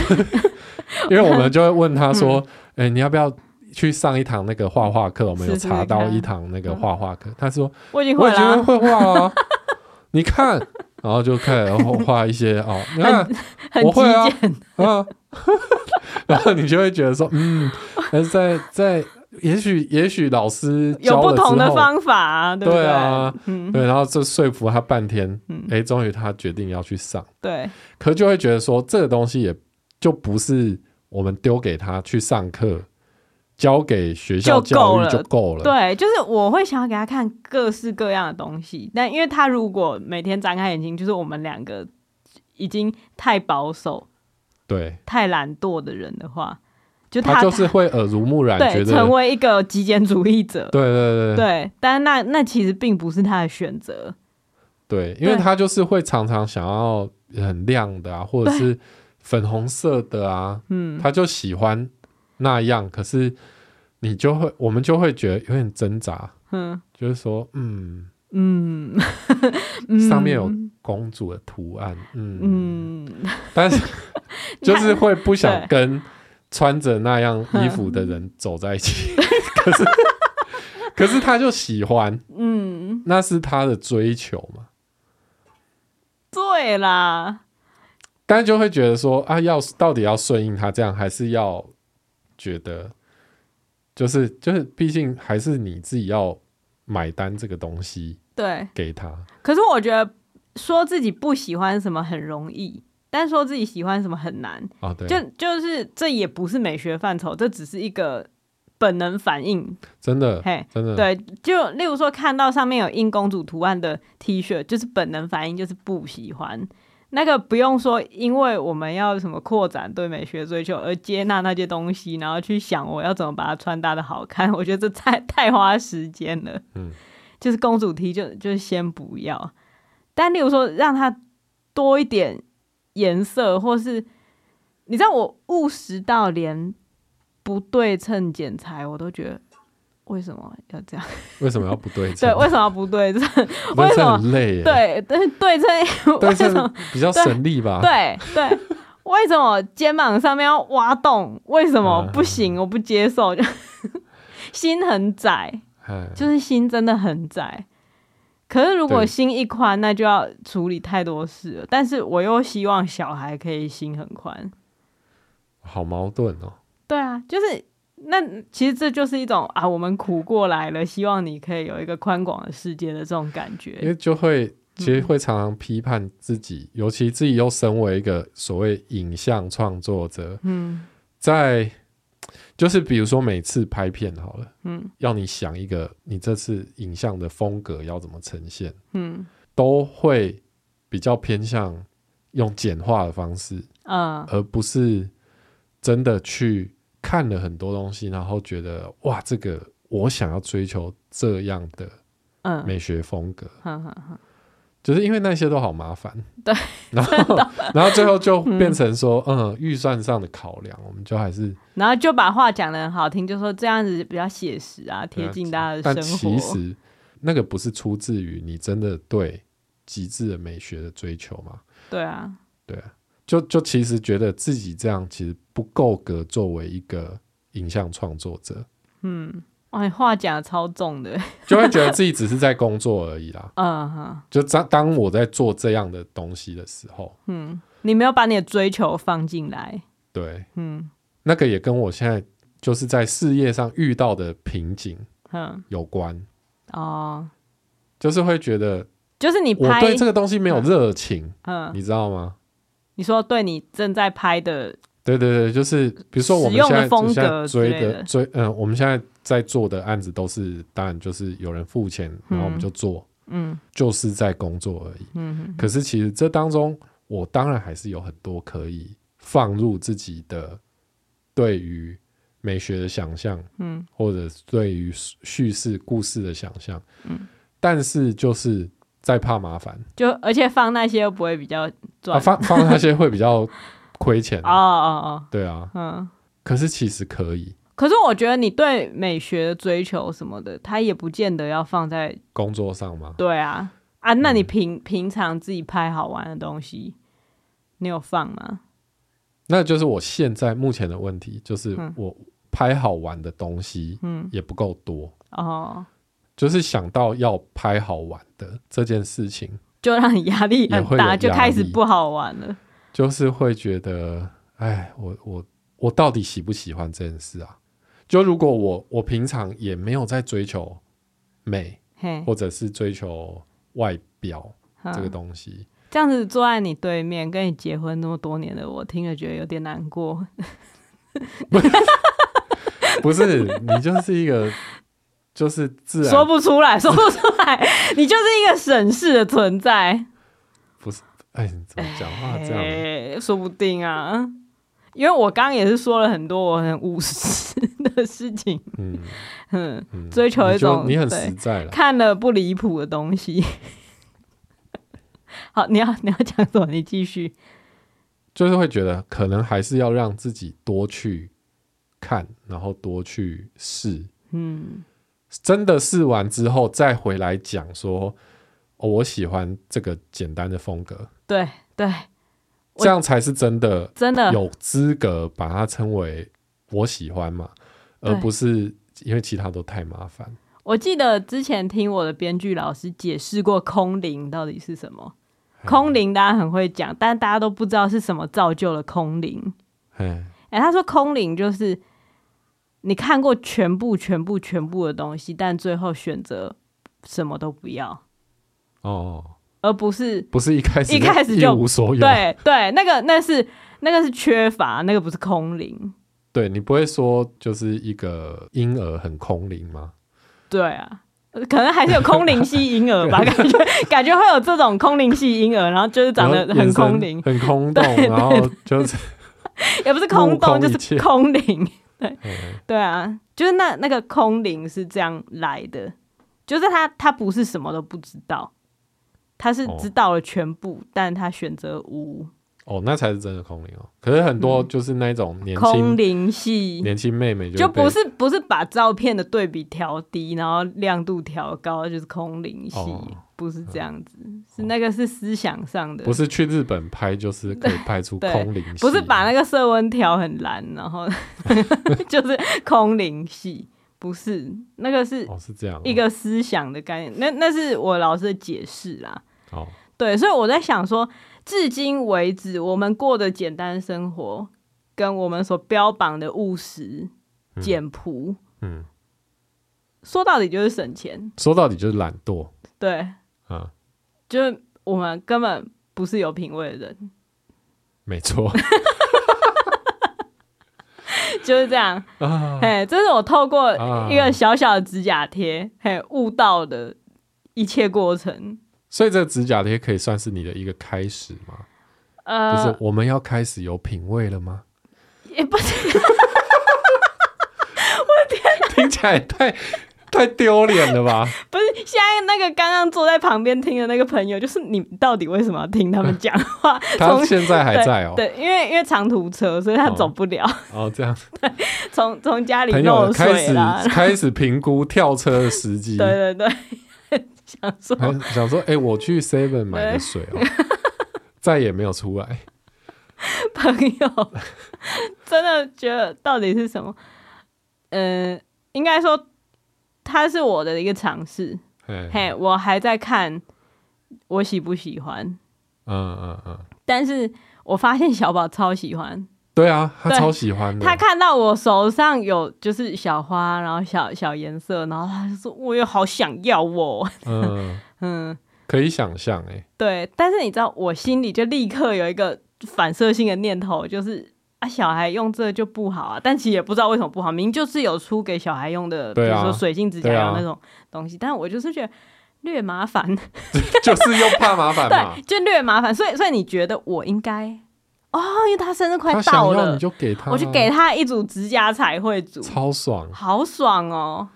[SPEAKER 2] 因为我们就会问他说，哎、你要不要？去上一堂那个画画课，我们有
[SPEAKER 1] 嗯试试
[SPEAKER 2] 查到
[SPEAKER 1] 看
[SPEAKER 2] 一堂那个画画课，他说
[SPEAKER 1] 我已经
[SPEAKER 2] 我
[SPEAKER 1] 会
[SPEAKER 2] 已
[SPEAKER 1] 了
[SPEAKER 2] 经
[SPEAKER 1] 啊，
[SPEAKER 2] 会画了啊， 你看，然后就开始画一些哦，你看
[SPEAKER 1] 很
[SPEAKER 2] 我
[SPEAKER 1] 极
[SPEAKER 2] 会啊
[SPEAKER 1] 简，
[SPEAKER 2] 啊，然后你就会觉得说，嗯，但是在在，也许也许老师
[SPEAKER 1] 有
[SPEAKER 2] 教
[SPEAKER 1] 不
[SPEAKER 2] 了之后
[SPEAKER 1] 同的方法啊，对不
[SPEAKER 2] 对啊
[SPEAKER 1] 嗯，
[SPEAKER 2] 对，然后这说服他半天
[SPEAKER 1] 嗯，
[SPEAKER 2] 哎、终于他决定要去上，
[SPEAKER 1] 对
[SPEAKER 2] 可就会觉得说，这个东西也就不是我们丢给他去上课，交给学校
[SPEAKER 1] 就够
[SPEAKER 2] 教育
[SPEAKER 1] 了
[SPEAKER 2] 就够了，
[SPEAKER 1] 对，就是我会想要给他看各式各样的东西，但因为他如果每天张开眼睛，就是我们两个已经太保守、
[SPEAKER 2] 对，
[SPEAKER 1] 太懒惰的人的话，就
[SPEAKER 2] 他就是会耳濡目染，觉
[SPEAKER 1] 对，
[SPEAKER 2] 得
[SPEAKER 1] 成为一个极简主义者。
[SPEAKER 2] 对对对
[SPEAKER 1] 对，但那那其实并不是他的选择。
[SPEAKER 2] 对，因为
[SPEAKER 1] 对
[SPEAKER 2] 他就是会常常想要很亮的啊，或者是粉红色的啊，
[SPEAKER 1] 嗯，
[SPEAKER 2] 他就喜欢那样，可是你就会，我们就会觉得有点挣扎，
[SPEAKER 1] 嗯
[SPEAKER 2] 就是说，嗯，
[SPEAKER 1] 嗯，
[SPEAKER 2] 上面有公主的图案，嗯，
[SPEAKER 1] 嗯，
[SPEAKER 2] 但是就是会不想
[SPEAKER 1] 对
[SPEAKER 2] 跟穿着那样衣服的人走在一 起，可是可是他就喜欢，
[SPEAKER 1] 嗯，
[SPEAKER 2] 那是他的追求嘛，
[SPEAKER 1] 对啦，
[SPEAKER 2] 但就会觉得说啊，要到底要顺应他这样，还是要觉得就是就是，毕竟还是你自己要买单这个东西
[SPEAKER 1] 对。
[SPEAKER 2] 给他。
[SPEAKER 1] 可是我觉得说自己不喜欢什么很容易，但说自己喜欢什么很难，
[SPEAKER 2] 啊，对，
[SPEAKER 1] 就就是这也不是美学范畴，这只是一个本能反应。
[SPEAKER 2] 真的
[SPEAKER 1] 嘿，
[SPEAKER 2] 真的，
[SPEAKER 1] 对，就例如说看到上面有印公主图案的 T 恤，就是本能反应就是不喜欢。那个不用说，因为我们要什么扩展对美学追求而接纳那些东西，然后去想我要怎么把它穿搭的好看，我觉得这太太花时间了。
[SPEAKER 2] 嗯，
[SPEAKER 1] 就是公主 T 就就先不要，但例如说让它多一点颜色，或是你知道我务实到连不对称剪裁我都觉得为什么要这样。
[SPEAKER 2] 为什么要不对
[SPEAKER 1] 对，
[SPEAKER 2] 称？
[SPEAKER 1] 为什么不 对称？
[SPEAKER 2] 不对
[SPEAKER 1] 为什
[SPEAKER 2] 称
[SPEAKER 1] 么
[SPEAKER 2] 很累耶，
[SPEAKER 1] 对，但是对称，为
[SPEAKER 2] 对啊
[SPEAKER 1] 什么
[SPEAKER 2] 称？比较省力吧？
[SPEAKER 1] 对对，为什么肩膀上面要挖洞？为什么
[SPEAKER 2] 嗯
[SPEAKER 1] 不行？我不接受， 就心很窄，
[SPEAKER 2] 哎，
[SPEAKER 1] 就是心真的很窄。可是如果
[SPEAKER 2] 对
[SPEAKER 1] 心一宽，那就要处理太多事了。但是我又希望小孩可以心很宽。
[SPEAKER 2] 好矛盾哦。
[SPEAKER 1] 对啊，就是那其实这就是一种啊，我们苦过来了，希望你可以有一个宽广的世界的这种感觉。
[SPEAKER 2] 因为就
[SPEAKER 1] 嗯
[SPEAKER 2] 会其实会常常批判自己，尤其自己又身为一个所谓影像创作者，
[SPEAKER 1] 嗯，
[SPEAKER 2] 在就是比如说每次拍片好了，
[SPEAKER 1] 嗯，
[SPEAKER 2] 要你想一个你这次影像的风格要怎么呈现，
[SPEAKER 1] 嗯
[SPEAKER 2] 都会比较偏向用简化的方式，
[SPEAKER 1] 嗯，
[SPEAKER 2] 而不是真的去看了很多东西，然后觉得哇，这个我想要追求这样的
[SPEAKER 1] 嗯，
[SPEAKER 2] 美学风格。
[SPEAKER 1] 哼哼哼
[SPEAKER 2] 就是因为那些都好麻烦，
[SPEAKER 1] 对，
[SPEAKER 2] 然后然后最后就变成说，嗯，预算上的考量，我们就还是
[SPEAKER 1] 然后就把话讲的很好听，就说这样子比较写实啊，贴近大家
[SPEAKER 2] 但
[SPEAKER 1] 的生
[SPEAKER 2] 其
[SPEAKER 1] 活。
[SPEAKER 2] 实那个不是出自于你真的对极致的美学的追求嘛？
[SPEAKER 1] 对啊，
[SPEAKER 2] 对啊，就就其实觉得自己这样其实不够格作为一个影像创作者，
[SPEAKER 1] 哇，你话讲的超重的，。
[SPEAKER 2] 就会觉得自己只是在工作而已啦
[SPEAKER 1] 嗯哼，
[SPEAKER 2] 就当当我在做这样的东西的时候，
[SPEAKER 1] 你没有把你的追求放进来，
[SPEAKER 2] 对，
[SPEAKER 1] 嗯
[SPEAKER 2] 那个也跟我现在就是在事业上遇到的瓶颈。
[SPEAKER 1] 哼，
[SPEAKER 2] 有关，
[SPEAKER 1] 哦，
[SPEAKER 2] 就是会觉得
[SPEAKER 1] 就是你
[SPEAKER 2] 我
[SPEAKER 1] 拍，
[SPEAKER 2] 对这个东西没有热情，
[SPEAKER 1] 嗯，
[SPEAKER 2] 你知道吗？
[SPEAKER 1] 你说对你正在拍的，
[SPEAKER 2] 对对对，就是比如说我们
[SPEAKER 1] 使用
[SPEAKER 2] 现
[SPEAKER 1] 的
[SPEAKER 2] 在
[SPEAKER 1] 风格
[SPEAKER 2] 现在追
[SPEAKER 1] 之类的
[SPEAKER 2] 的追，嗯、我们现在在做的案子都是，当然就是有人付钱，然后我们就做，
[SPEAKER 1] 嗯
[SPEAKER 2] 就是在工作而已。
[SPEAKER 1] 嗯
[SPEAKER 2] 可是其实这当中，我当然还是有很多可以放入自己的对于美学的想象，
[SPEAKER 1] 嗯，
[SPEAKER 2] 或者是对于叙事故事的想象，
[SPEAKER 1] 嗯，
[SPEAKER 2] 但是就是在怕麻烦。
[SPEAKER 1] 哼，就而且放那些又不会比较
[SPEAKER 2] 啊、
[SPEAKER 1] 赚，
[SPEAKER 2] 放放那些会比较亏钱
[SPEAKER 1] 哦。哦
[SPEAKER 2] 对啊，
[SPEAKER 1] 哦，嗯。
[SPEAKER 2] 可是其实可以
[SPEAKER 1] 可是我觉得你对美学的追求什么的，它也不见得要放在
[SPEAKER 2] 工作上嘛，
[SPEAKER 1] 对啊，啊，那
[SPEAKER 2] 嗯
[SPEAKER 1] 你平、平常自己拍好玩的东西，你有放吗？
[SPEAKER 2] 那就是我现在目前的问题，就是
[SPEAKER 1] 嗯
[SPEAKER 2] 我拍好玩的东西
[SPEAKER 1] 嗯，
[SPEAKER 2] 也不够多，
[SPEAKER 1] 哦，
[SPEAKER 2] 就是想到要拍好玩的这件事情，
[SPEAKER 1] 就让你压力
[SPEAKER 2] 也
[SPEAKER 1] 很
[SPEAKER 2] 会有压
[SPEAKER 1] 大，
[SPEAKER 2] 力
[SPEAKER 1] 就开始不好玩了。
[SPEAKER 2] 就是会觉得，哎，我我我到底喜不喜欢这件事啊？就如果我我平常也没有在追求美，
[SPEAKER 1] 嘿，
[SPEAKER 2] 或者是追求外表
[SPEAKER 1] 嗯
[SPEAKER 2] 这个东西，
[SPEAKER 1] 这样子坐在你对面，跟你结婚那么多年的我，听了觉得有点难过。
[SPEAKER 2] 不是，你就是一个，就是啊自然
[SPEAKER 1] 说不出来， 说不出来，你就是一个省事的存在。
[SPEAKER 2] 不是，哎，你怎么讲话这样？
[SPEAKER 1] 哎说不定啊，因为我刚刚也是说了很多我很务实的事情，
[SPEAKER 2] 嗯，
[SPEAKER 1] 嗯，
[SPEAKER 2] 嗯
[SPEAKER 1] 追求一种
[SPEAKER 2] 你就你很
[SPEAKER 1] 对
[SPEAKER 2] 实啊在了。
[SPEAKER 1] 看了不离谱的东西。 好，你要你要讲什么？你继续。
[SPEAKER 2] 就是会觉得可能还是要让自己多去看，然后多去试，
[SPEAKER 1] 嗯
[SPEAKER 2] 真的试完之后再回来讲说，哦，我喜欢这个简单的风格，，
[SPEAKER 1] 对对，我
[SPEAKER 2] 这样才是真的
[SPEAKER 1] 真的
[SPEAKER 2] 有资格把它称为我喜欢嘛，而
[SPEAKER 1] 对
[SPEAKER 2] 不是因为其他都太麻烦。
[SPEAKER 1] 我记得之前听我的编剧老师解释过空灵到底是什么。
[SPEAKER 2] 嗯
[SPEAKER 1] 空灵大家很会讲，但大家都不知道是什么造就了空灵。
[SPEAKER 2] 哎，
[SPEAKER 1] 哎、他说空灵就是你看过全部、全部、全部的东西，但最后选择什么都不要，
[SPEAKER 2] 哦，
[SPEAKER 1] 而不是
[SPEAKER 2] 不是一开始
[SPEAKER 1] 一开始
[SPEAKER 2] 一
[SPEAKER 1] 就
[SPEAKER 2] 无所有，
[SPEAKER 1] 对对，那个那是那个是缺乏，那个不是空灵。
[SPEAKER 2] 对你不会说就是一个婴儿很空灵吗？
[SPEAKER 1] 对啊，呃可能还是有空灵系婴 儿吧，感觉感觉会有这种空灵系婴儿，然后就是长得
[SPEAKER 2] 然后
[SPEAKER 1] 很
[SPEAKER 2] 眼神
[SPEAKER 1] 空灵，
[SPEAKER 2] 很空洞，然后就是
[SPEAKER 1] 也不是空
[SPEAKER 2] 目
[SPEAKER 1] 洞，
[SPEAKER 2] 空
[SPEAKER 1] 就
[SPEAKER 2] 一
[SPEAKER 1] 是
[SPEAKER 2] 切
[SPEAKER 1] 空 灵。对
[SPEAKER 2] 嗯
[SPEAKER 1] 对啊，就是那那个空灵是这样来的，就是他他不是什么都不知道，他是
[SPEAKER 2] 哦
[SPEAKER 1] 知道了全部，但他选择无
[SPEAKER 2] 哦，那才是真的空灵哦。可是很多就是那种年
[SPEAKER 1] 嗯空
[SPEAKER 2] 轻
[SPEAKER 1] 灵系。
[SPEAKER 2] 年轻妹妹就
[SPEAKER 1] 就
[SPEAKER 2] 被
[SPEAKER 1] 不是不是把照片的对比调低，然后亮度调高，就是空灵系，
[SPEAKER 2] 哦
[SPEAKER 1] 不是这样子，是那个是思想上的，
[SPEAKER 2] 不是去日本拍，就是可以拍出
[SPEAKER 1] 对
[SPEAKER 2] 空灵系，
[SPEAKER 1] 不是把那个色温调很蓝，然后 就是空灵系，不是那个是
[SPEAKER 2] 哦是这样哦
[SPEAKER 1] 一个思想的概念，那那是我老师的解释啦。
[SPEAKER 2] 哦
[SPEAKER 1] 对，所以我在想说，至今为止我们过的简单生活，跟我们所标榜的务实、
[SPEAKER 2] 嗯
[SPEAKER 1] 简朴，
[SPEAKER 2] 嗯，
[SPEAKER 1] 说到底就是省钱，
[SPEAKER 2] 说到底就是懒惰
[SPEAKER 1] 对。
[SPEAKER 2] 啊，
[SPEAKER 1] 就是我们根本不是有品味的人，
[SPEAKER 2] 没错
[SPEAKER 1] 就是这样。
[SPEAKER 2] 啊，
[SPEAKER 1] 嘿，这是我透过
[SPEAKER 2] 啊
[SPEAKER 1] 一个小小的指甲贴，嘿，悟到的一切过程。
[SPEAKER 2] 所以这个指甲贴可以算是你的一个开始吗？就
[SPEAKER 1] 呃
[SPEAKER 2] 是，我们要开始有品味了吗？
[SPEAKER 1] 也不是，
[SPEAKER 2] 听起来也太太丢脸 了吧？
[SPEAKER 1] 不是，现在那个刚刚坐在旁边听的那个朋友，就是你到底为什么要听他们讲话？
[SPEAKER 2] 他
[SPEAKER 1] 从
[SPEAKER 2] 现在还在哦、
[SPEAKER 1] 对，因为因为长途车，所以他
[SPEAKER 2] 哦
[SPEAKER 1] 走不了，
[SPEAKER 2] 哦， 这样
[SPEAKER 1] 从从家里
[SPEAKER 2] 朋
[SPEAKER 1] 漏
[SPEAKER 2] 友开
[SPEAKER 1] 水
[SPEAKER 2] 始
[SPEAKER 1] 啦。
[SPEAKER 2] 开始评估跳车的时 机，
[SPEAKER 1] 对对对， 想说
[SPEAKER 2] 还想说，哎、我去 Seven 买的水 哦、再也没有出来。
[SPEAKER 1] 朋友，真的觉得到底是什么？嗯，应该说它是我的一个尝试。
[SPEAKER 2] 嘿
[SPEAKER 1] 嘿，我还在看我喜不喜欢，
[SPEAKER 2] 嗯嗯嗯，
[SPEAKER 1] 但是我发现小宝超喜欢，
[SPEAKER 2] 对啊，他
[SPEAKER 1] 对
[SPEAKER 2] 超喜欢的。
[SPEAKER 1] 他看到我手上有就是小花，然后小小颜色，然后他就说我也好想要哦，
[SPEAKER 2] 嗯，
[SPEAKER 1] 嗯，
[SPEAKER 2] 可以想象哎、
[SPEAKER 1] 对。但是你知道，我心里就立刻有一个反射性的念头，就是。啊，小孩用这就不好啊，但其实也不知道为什么不好，明明就是有出给小孩用的，比
[SPEAKER 2] 对
[SPEAKER 1] 如
[SPEAKER 2] 啊
[SPEAKER 1] 说水晶指甲
[SPEAKER 2] 对
[SPEAKER 1] 油
[SPEAKER 2] 啊
[SPEAKER 1] 那种东西，但我就是觉得略麻烦，
[SPEAKER 2] 就是又怕麻烦嘛
[SPEAKER 1] 对，。就略麻烦，所以所以你觉得我应该哦，因为他生日快
[SPEAKER 2] 他
[SPEAKER 1] 到
[SPEAKER 2] 想要
[SPEAKER 1] 了
[SPEAKER 2] 你，就给他，
[SPEAKER 1] 我就给，他一组指甲彩绘组，
[SPEAKER 2] 超爽。
[SPEAKER 1] 好爽哦，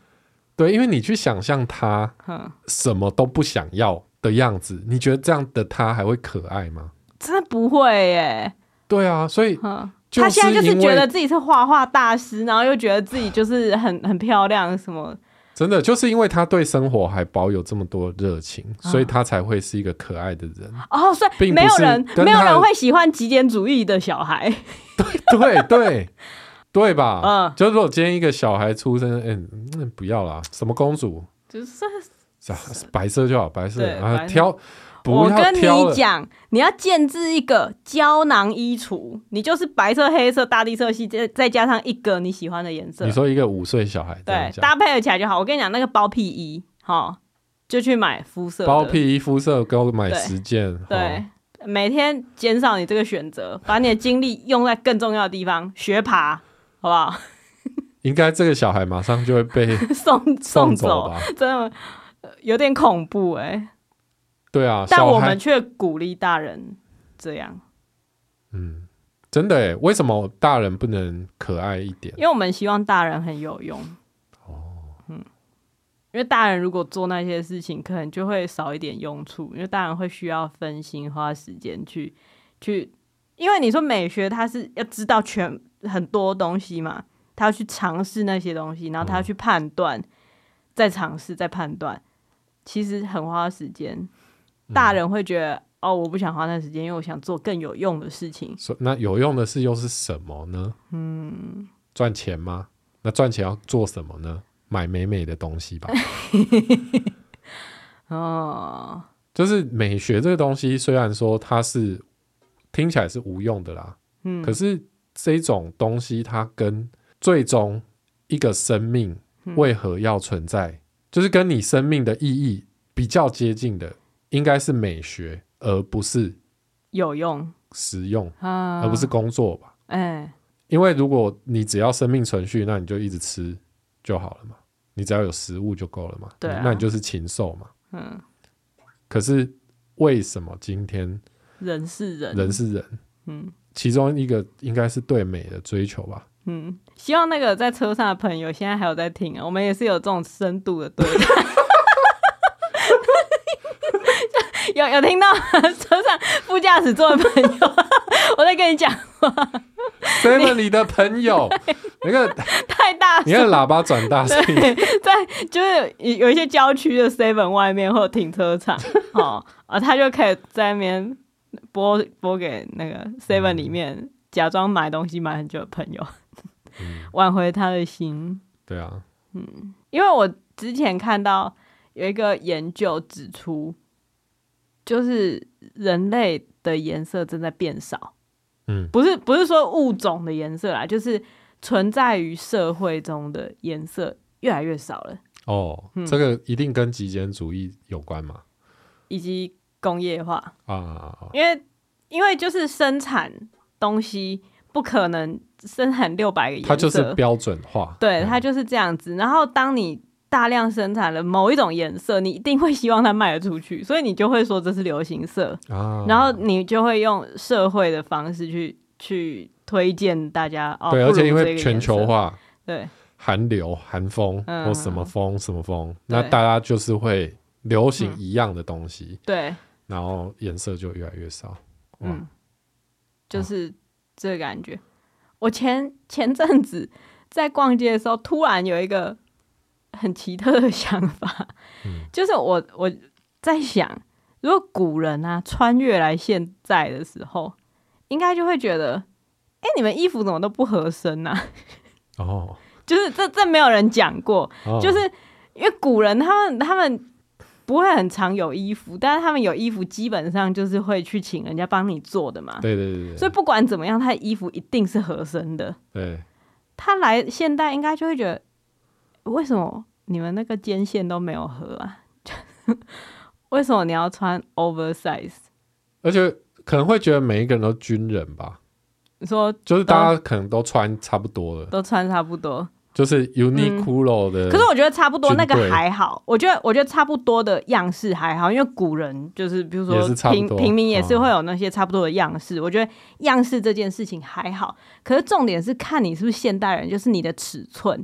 [SPEAKER 2] 对，因为你去想象他
[SPEAKER 1] 哼，
[SPEAKER 2] 什么都不想要的样子，你觉得这样的他还会可爱吗？
[SPEAKER 1] 真的不会耶，
[SPEAKER 2] 对啊，所以
[SPEAKER 1] 哼。
[SPEAKER 2] 就
[SPEAKER 1] 他现在就是
[SPEAKER 2] 因
[SPEAKER 1] 觉
[SPEAKER 2] 为
[SPEAKER 1] 得自己是画画大师，然后又觉得自己就是很很漂亮，什么
[SPEAKER 2] 真的就是因为他对生活还保有这么多热情，
[SPEAKER 1] 啊
[SPEAKER 2] 所以他才会是一个可爱的人。
[SPEAKER 1] 哦，所以
[SPEAKER 2] 并不
[SPEAKER 1] 没有
[SPEAKER 2] 是
[SPEAKER 1] 人
[SPEAKER 2] 跟
[SPEAKER 1] 没有
[SPEAKER 2] 他的
[SPEAKER 1] 人会喜欢极简主义的小 孩，
[SPEAKER 2] 对对对吧？
[SPEAKER 1] 嗯
[SPEAKER 2] 就是如果今天一个小孩出生，嗯、嗯不要啦，什么公主，
[SPEAKER 1] 就是
[SPEAKER 2] 啊白色就好，白色
[SPEAKER 1] 对白
[SPEAKER 2] 啊，
[SPEAKER 1] 色
[SPEAKER 2] 挑不
[SPEAKER 1] 我
[SPEAKER 2] 要
[SPEAKER 1] 跟
[SPEAKER 2] 挑
[SPEAKER 1] 你
[SPEAKER 2] 了。
[SPEAKER 1] 讲，你要建制一个胶囊衣橱，你就是白色、黑色、大地色系，再再加上一个你喜欢的颜色
[SPEAKER 2] 你，说一个五岁小孩这样
[SPEAKER 1] 对，
[SPEAKER 2] 讲，
[SPEAKER 1] 搭配了起来就好。我跟你讲，那个包屁衣，哈，就去买肤色的
[SPEAKER 2] 包，屁衣肤色给我买
[SPEAKER 1] 对
[SPEAKER 2] 十件，
[SPEAKER 1] 对
[SPEAKER 2] 哦，，
[SPEAKER 1] 每天减少你这个选择，把你的精力用在更重要的地方，学爬，好不好？
[SPEAKER 2] 应该这个小孩马上就会被
[SPEAKER 1] 送
[SPEAKER 2] 送走
[SPEAKER 1] 走，
[SPEAKER 2] 吧？
[SPEAKER 1] 真的呃有点恐怖哎、
[SPEAKER 2] 对啊，
[SPEAKER 1] 但
[SPEAKER 2] 小
[SPEAKER 1] 我
[SPEAKER 2] 孩
[SPEAKER 1] 们却鼓励大人这样，
[SPEAKER 2] 嗯，真的诶，为什么大人不能可爱一点？
[SPEAKER 1] 因为我们希望大人很有用。嗯，因为大人如果做那些事情，可能就会少一点用处，因为大人会需要分心花时间去去，因为你说美学，它是要知道全很多东西嘛，他要去尝试那些东西，然后他要去判断，再尝试再判断，其实很花时间。大人会觉得、哦，我不想花那时间，因为我想做更有用的事情。
[SPEAKER 2] 所那有用的事又是什么呢？嗯，赚钱吗？那赚钱要做什么呢？买美美的东西吧。
[SPEAKER 1] 哦，
[SPEAKER 2] 就是美学这个东西，虽然说它是听起来是无用的啦，
[SPEAKER 1] 嗯
[SPEAKER 2] 可是这种东西它跟最终一个生命
[SPEAKER 1] 嗯
[SPEAKER 2] 为何要存在，就是跟你生命的意义比较接近的应该是美学，而不是
[SPEAKER 1] 有用
[SPEAKER 2] 实用，
[SPEAKER 1] 啊，
[SPEAKER 2] 而不是工作吧？
[SPEAKER 1] 哎，
[SPEAKER 2] 因为如果你只要生命存续，那你就一直吃就好了嘛，你只要有食物就够了嘛。
[SPEAKER 1] 对啊
[SPEAKER 2] 那你就是禽兽嘛。
[SPEAKER 1] 嗯，
[SPEAKER 2] 可是为什么今天
[SPEAKER 1] 人是人，
[SPEAKER 2] 人是人？
[SPEAKER 1] 嗯
[SPEAKER 2] 其中一个应该是对美的追求吧？
[SPEAKER 1] 嗯，希望那个在车上的朋友现在还有在听啊，我们也是有这种深度的对谈。 有有听到车上副驾驶座的朋友， 我在跟你讲，
[SPEAKER 2] seven 里的 朋友，那个
[SPEAKER 1] 太大
[SPEAKER 2] 你
[SPEAKER 1] 声
[SPEAKER 2] 看喇叭转大声，
[SPEAKER 1] 在就是有有一些郊区的 Seven 外面会有停车场， 哦啊，他就可以在那边播播给那个 Seven 里面
[SPEAKER 2] 嗯
[SPEAKER 1] 假装买东西买很久的朋友，挽回他的心。
[SPEAKER 2] 对啊，
[SPEAKER 1] 因为我之前看到有一个研究指出，就是人类的颜色正在变少。
[SPEAKER 2] 嗯
[SPEAKER 1] 不是不是说物种的颜色啦，就是存在于社会中的颜色越来越少了。
[SPEAKER 2] 哦，
[SPEAKER 1] 嗯
[SPEAKER 2] 这个一定跟极简主义有关嘛？
[SPEAKER 1] 以及工业化，
[SPEAKER 2] 啊，
[SPEAKER 1] 因为因为就是生产东西不可能生产六百个颜色，
[SPEAKER 2] 它就是标准化，
[SPEAKER 1] 对，它
[SPEAKER 2] 嗯
[SPEAKER 1] 就是这样子。然后当你大量生产了某一种颜色，你一定会希望它卖得出去，所以你就会说这是流行色，
[SPEAKER 2] 啊，
[SPEAKER 1] 然后你就会用社会的方式去去推荐大家哦，
[SPEAKER 2] 对，
[SPEAKER 1] 不
[SPEAKER 2] 而且
[SPEAKER 1] 如
[SPEAKER 2] 因
[SPEAKER 1] 这
[SPEAKER 2] 为
[SPEAKER 1] 个
[SPEAKER 2] 全球
[SPEAKER 1] 颜色，
[SPEAKER 2] 化，
[SPEAKER 1] 对
[SPEAKER 2] 韩流、韩风
[SPEAKER 1] 嗯
[SPEAKER 2] 或什么风什么风，
[SPEAKER 1] 对
[SPEAKER 2] 那大家就是会流行一样的东西，
[SPEAKER 1] 对，
[SPEAKER 2] 然后颜色就越来越少。
[SPEAKER 1] 嗯
[SPEAKER 2] 嗯，，
[SPEAKER 1] 就是这个感觉。我前前阵子在逛街的时候，突然有一个很奇特的想法，就是我我在想，如果古人啊穿越来现在的时候，应该就会觉得，哎、你们衣服怎么都不合身呐、啊？
[SPEAKER 2] 哦，
[SPEAKER 1] 就是这这没有人讲过，
[SPEAKER 2] 哦
[SPEAKER 1] 就是因为古人他们他们不会很常有衣服，但是他们有衣服基本上就是会去请人家帮你做的嘛。
[SPEAKER 2] 对对对
[SPEAKER 1] 所
[SPEAKER 2] 对
[SPEAKER 1] 以不管怎么样，他的衣服一定是合身的。
[SPEAKER 2] 对，
[SPEAKER 1] 他来现代应该就会觉得，为什么你们那个肩线都没有合啊？ 为什么你要穿 oversize？
[SPEAKER 2] 而且可能会觉得每一个人都军人吧，
[SPEAKER 1] 你说
[SPEAKER 2] 就是大家可能都穿差不多了，
[SPEAKER 1] 都穿差不多，
[SPEAKER 2] 就是 Uniqlo 的，
[SPEAKER 1] 嗯可是我觉得差不多
[SPEAKER 2] 军
[SPEAKER 1] 那
[SPEAKER 2] 队
[SPEAKER 1] 个还好，我觉得我觉得差不多的样式还好，因为古人就是比如说
[SPEAKER 2] 也是差不
[SPEAKER 1] 平
[SPEAKER 2] 多
[SPEAKER 1] 平民也是
[SPEAKER 2] 嗯
[SPEAKER 1] 会有那些差不多的样式，我觉得样式这件事情还好，可是重点是看你是不是现代人，就是你的尺寸，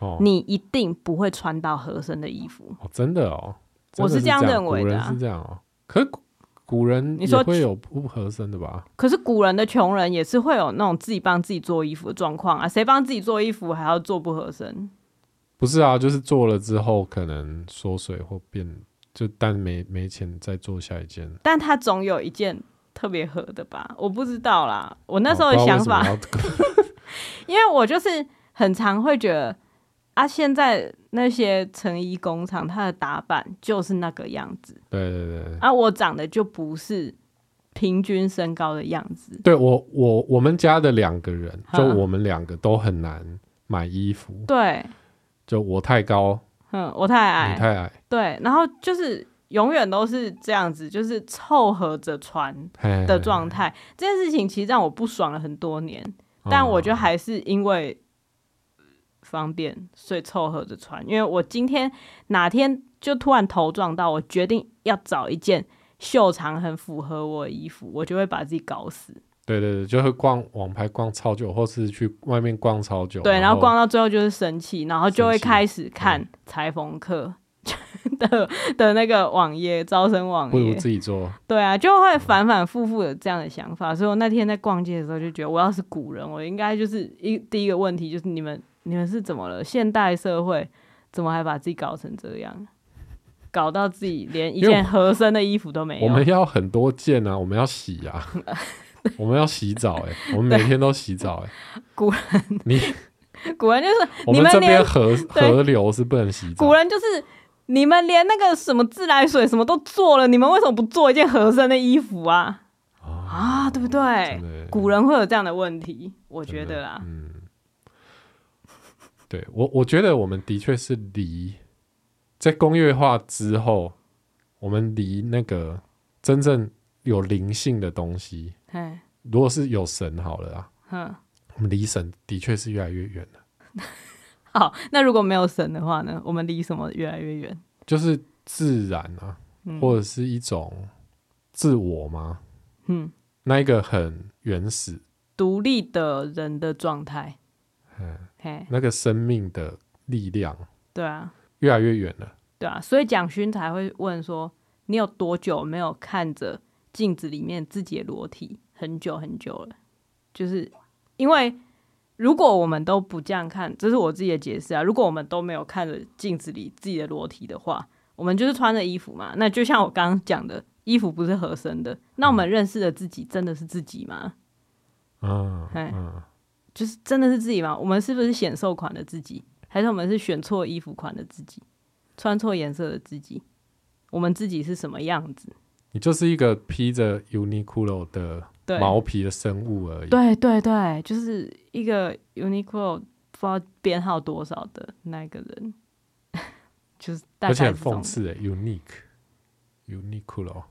[SPEAKER 2] 哦
[SPEAKER 1] 你一定不会穿到合身的衣服。
[SPEAKER 2] 哦真的哦，
[SPEAKER 1] 我是
[SPEAKER 2] 真的
[SPEAKER 1] 这样
[SPEAKER 2] 这
[SPEAKER 1] 认为
[SPEAKER 2] 古
[SPEAKER 1] 的
[SPEAKER 2] 人
[SPEAKER 1] 啊
[SPEAKER 2] 是这样哦，可是古古人
[SPEAKER 1] 你说
[SPEAKER 2] 也会有不合身的吧？
[SPEAKER 1] 可是古人的穷人也是会有那种自己帮自己做衣服的状况啊，谁帮自己做衣服还要做不合身？
[SPEAKER 2] 不是啊，就是做了之后可能缩水或变，就但没没钱再做下一件。
[SPEAKER 1] 但他总有一件特别合的吧？我不知道啦，我那时候
[SPEAKER 2] 哦
[SPEAKER 1] 的
[SPEAKER 2] 不知道
[SPEAKER 1] 想
[SPEAKER 2] 为什么
[SPEAKER 1] 法，
[SPEAKER 2] 要
[SPEAKER 1] 因为我就是很常会觉得啊，现在那些成衣工厂它的打扮就是那个样子
[SPEAKER 2] 对对对，
[SPEAKER 1] 啊，我长得就不是平均身高的样子，
[SPEAKER 2] 对我我我们家的两个人，
[SPEAKER 1] 哈
[SPEAKER 2] 就我们两个都很难买衣服，
[SPEAKER 1] 对，
[SPEAKER 2] 就我太高，
[SPEAKER 1] 嗯，我太
[SPEAKER 2] 你
[SPEAKER 1] 矮，
[SPEAKER 2] 太矮，
[SPEAKER 1] 对，然后就是永远都是这样子，就是凑合着穿。
[SPEAKER 2] 嘿
[SPEAKER 1] 的状态。这件事情其实让我不爽了很多年，
[SPEAKER 2] 哦
[SPEAKER 1] 但我觉得还是因为呃方便，所以凑合着穿。因为我今天哪天就突然头撞到，我决定要找一件袖长很符合我的衣服，我就会把自己搞死。
[SPEAKER 2] 对对对，就会逛网拍逛超久，或是去外面逛超久，
[SPEAKER 1] 对，然
[SPEAKER 2] 啊然
[SPEAKER 1] 后逛到最后就是生气，然后就会
[SPEAKER 2] 生气嗯
[SPEAKER 1] 开始看裁缝课 的的那个网页招生网
[SPEAKER 2] 不如
[SPEAKER 1] 页，
[SPEAKER 2] 自己做，
[SPEAKER 1] 对啊，就会反反复复有这样的想法，所以我那天在逛街的时候就觉得，我要是古人，我应该就是一第一个问题就是你们你们是怎么了？现代社会怎么还把自己搞成这样，搞到自己连一
[SPEAKER 2] 因为
[SPEAKER 1] 件合身的衣服都没
[SPEAKER 2] 我们
[SPEAKER 1] 有？
[SPEAKER 2] 要很多件啊，我们要 洗啊，我们要洗澡哎、我们每天都洗澡哎、
[SPEAKER 1] 古
[SPEAKER 2] 人你
[SPEAKER 1] 古人就是
[SPEAKER 2] 我
[SPEAKER 1] 你
[SPEAKER 2] 们
[SPEAKER 1] 们
[SPEAKER 2] 这
[SPEAKER 1] 连
[SPEAKER 2] 边河
[SPEAKER 1] 对
[SPEAKER 2] 河流是不能洗澡
[SPEAKER 1] 古，人就是你们连那个什么自来水什么都做了，你们为什么不做一件合身的衣服啊？啊，对不对
[SPEAKER 2] 哦真？的
[SPEAKER 1] 古人会有这样的问题，我觉
[SPEAKER 2] 真
[SPEAKER 1] 得
[SPEAKER 2] 的
[SPEAKER 1] 啦，
[SPEAKER 2] 嗯，对我我觉得我们的确是离在工业化之后，我们离那个真正有灵性的东西，
[SPEAKER 1] 哎，
[SPEAKER 2] 如果是有神好了啊，
[SPEAKER 1] 哼，
[SPEAKER 2] 我们离神的确是越来越远了。
[SPEAKER 1] 好，那如果没有神的话呢？我们离什么越来越远？
[SPEAKER 2] 就是自然啊，
[SPEAKER 1] 嗯
[SPEAKER 2] 或者是一种自我吗？
[SPEAKER 1] 嗯，
[SPEAKER 2] 那一个很原始，
[SPEAKER 1] 独立的人的状态，
[SPEAKER 2] 嗯，
[SPEAKER 1] 嘿，
[SPEAKER 2] 那个生命的力量
[SPEAKER 1] 对啊，
[SPEAKER 2] 越来越远了。
[SPEAKER 1] 对啊，所以蒋勋才会问说，你有多久没有看着镜子里面自己的裸体？很久很久了，就是因为如果我们都不这样看，这是我自己的解释啊。如果我们都没有看着镜子里自己的裸体的话，我们就是穿着衣服嘛。那就像我刚刚讲的，衣服不是合身的，那我们认识的自己真的是自己吗？
[SPEAKER 2] 嗯
[SPEAKER 1] 哎
[SPEAKER 2] 嗯，
[SPEAKER 1] 就是真的是自己吗？我们是不是显瘦款的自己，还是我们是选错衣服款的自己，穿错颜色的自己？我们自己是什么样子？
[SPEAKER 2] 你就是一个披着 Uniqlo 的
[SPEAKER 1] 对，
[SPEAKER 2] 毛皮的生物而已。
[SPEAKER 1] 对对对，就是一个 Uniqlo 不知道编号多少的那个人， 就是大
[SPEAKER 2] 而且
[SPEAKER 1] 概
[SPEAKER 2] 很
[SPEAKER 1] 是这种
[SPEAKER 2] 讽。刺诶、u n i q u e Uniqlo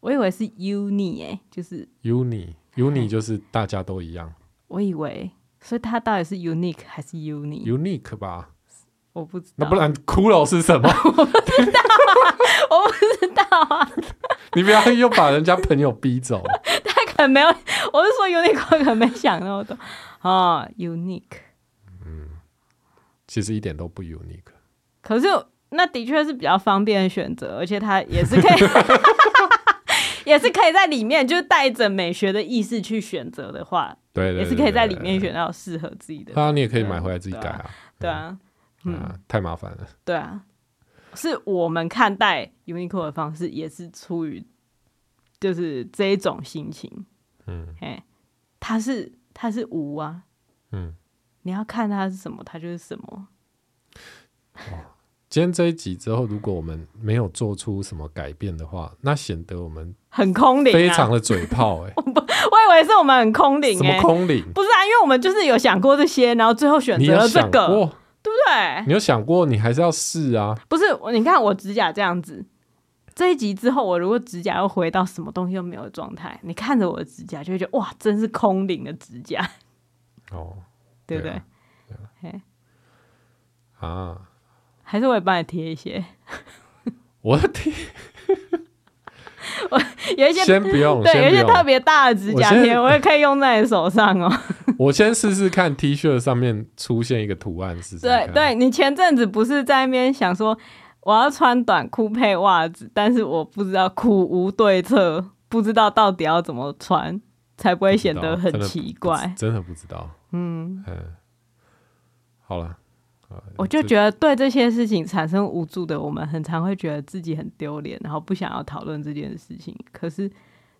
[SPEAKER 1] 我以为是 Uni 哎、就是
[SPEAKER 2] Uni
[SPEAKER 1] 嗯
[SPEAKER 2] Uni 就是大家都一样、
[SPEAKER 1] 我以为，所以它到底是 Unique 还是 Uni？
[SPEAKER 2] Unique
[SPEAKER 1] 哦
[SPEAKER 2] 吧？
[SPEAKER 1] 我不知道，
[SPEAKER 2] 那不然骷髅 是什么？
[SPEAKER 1] 我不知道啊，
[SPEAKER 2] 你不要又把人家朋友逼走。
[SPEAKER 1] 他 可能没有，我是说 Uniqlo 可能没想那么多啊，Unique。
[SPEAKER 2] 其实一点都不 unique。
[SPEAKER 1] 可是那的确是比较方便的选择，而且它也是 可以，也是可以在里面，就是带着美学的意识去选择的话，
[SPEAKER 2] 对对
[SPEAKER 1] 也是可以在里面选。到适合自己
[SPEAKER 2] 对对对
[SPEAKER 1] 的。
[SPEAKER 2] 当然你也可以买回来自己改啊。
[SPEAKER 1] 对啊，
[SPEAKER 2] 啊，太麻烦了。
[SPEAKER 1] 对啊，是我们看待 Uniqlo 的方式也是出于就是这一种心情。
[SPEAKER 2] 嗯
[SPEAKER 1] 哎，它是它是无啊，
[SPEAKER 2] 嗯，
[SPEAKER 1] 你要看它是什么，它就是什么。
[SPEAKER 2] 今天这一集之后，如果我们没有做出什么改变的话，那显得我们
[SPEAKER 1] 很空灵、啊，
[SPEAKER 2] 非常的嘴 炮哎、
[SPEAKER 1] 我以为是我们很空灵、欸，
[SPEAKER 2] 什么空灵？
[SPEAKER 1] 不是啊，因为我们就是有想过这些，然后最后选
[SPEAKER 2] 你
[SPEAKER 1] 择
[SPEAKER 2] 有
[SPEAKER 1] 了这
[SPEAKER 2] 想
[SPEAKER 1] 个，
[SPEAKER 2] 过？
[SPEAKER 1] 对不对？
[SPEAKER 2] 你有想过？你还是要试啊。
[SPEAKER 1] 不是，我你看我指甲这样子，这一集之后，我如果指甲又回到什么东西都没有的状态，你看着我的指甲就会觉得哇，真是空灵的指甲，
[SPEAKER 2] 哦
[SPEAKER 1] 对不对？
[SPEAKER 2] 对啊
[SPEAKER 1] 嘿
[SPEAKER 2] 啊，
[SPEAKER 1] 还是我也帮你贴一些，
[SPEAKER 2] 我的天，
[SPEAKER 1] 有一些
[SPEAKER 2] 先不用，
[SPEAKER 1] 对，有一
[SPEAKER 2] 先不
[SPEAKER 1] 些特
[SPEAKER 2] 用。
[SPEAKER 1] 别大的指甲
[SPEAKER 2] 我
[SPEAKER 1] 贴，
[SPEAKER 2] 先
[SPEAKER 1] 我也可以用在你手上哦。
[SPEAKER 2] 我先试试看 T 恤上面出现一个图案是什
[SPEAKER 1] 对，对你前阵子不是在那边想说我要穿短裤配袜子，但是我不知道苦无对策，不知道到底要怎么穿才不会显得
[SPEAKER 2] 不知道
[SPEAKER 1] 很奇怪。
[SPEAKER 2] 真的不知道。
[SPEAKER 1] 嗯，
[SPEAKER 2] 嗯，好了，呃
[SPEAKER 1] 我就
[SPEAKER 2] 这
[SPEAKER 1] 觉得对这些事情产生无助的我们，很常会觉得自己很丢脸，然后不想要讨论这件事情。可是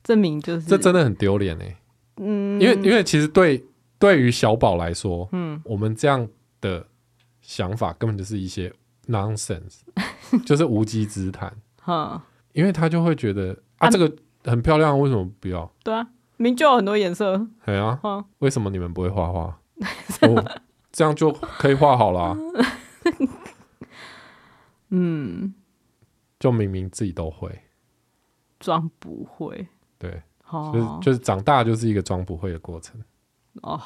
[SPEAKER 1] 证明就是
[SPEAKER 2] 这真的很丢脸哎。嗯，因为因为其实对对于小宝来说，嗯，我们这样的想法根本就是一些 nonsense，就是 无稽之谈。
[SPEAKER 1] 嗯，
[SPEAKER 2] 因为他就会觉得啊，
[SPEAKER 1] 啊
[SPEAKER 2] 这个很漂亮，啊为什么不要？
[SPEAKER 1] 对啊，明就有很多颜色，
[SPEAKER 2] 哎呀、
[SPEAKER 1] 嗯
[SPEAKER 2] 为什么你们不会画 画？我这样就可以画好了 啊、
[SPEAKER 1] 嗯，
[SPEAKER 2] 就明明自己都会，
[SPEAKER 1] 装不会
[SPEAKER 2] 对，就是、
[SPEAKER 1] 哦，
[SPEAKER 2] 就是长大就是一个装不会的过程。
[SPEAKER 1] 哦，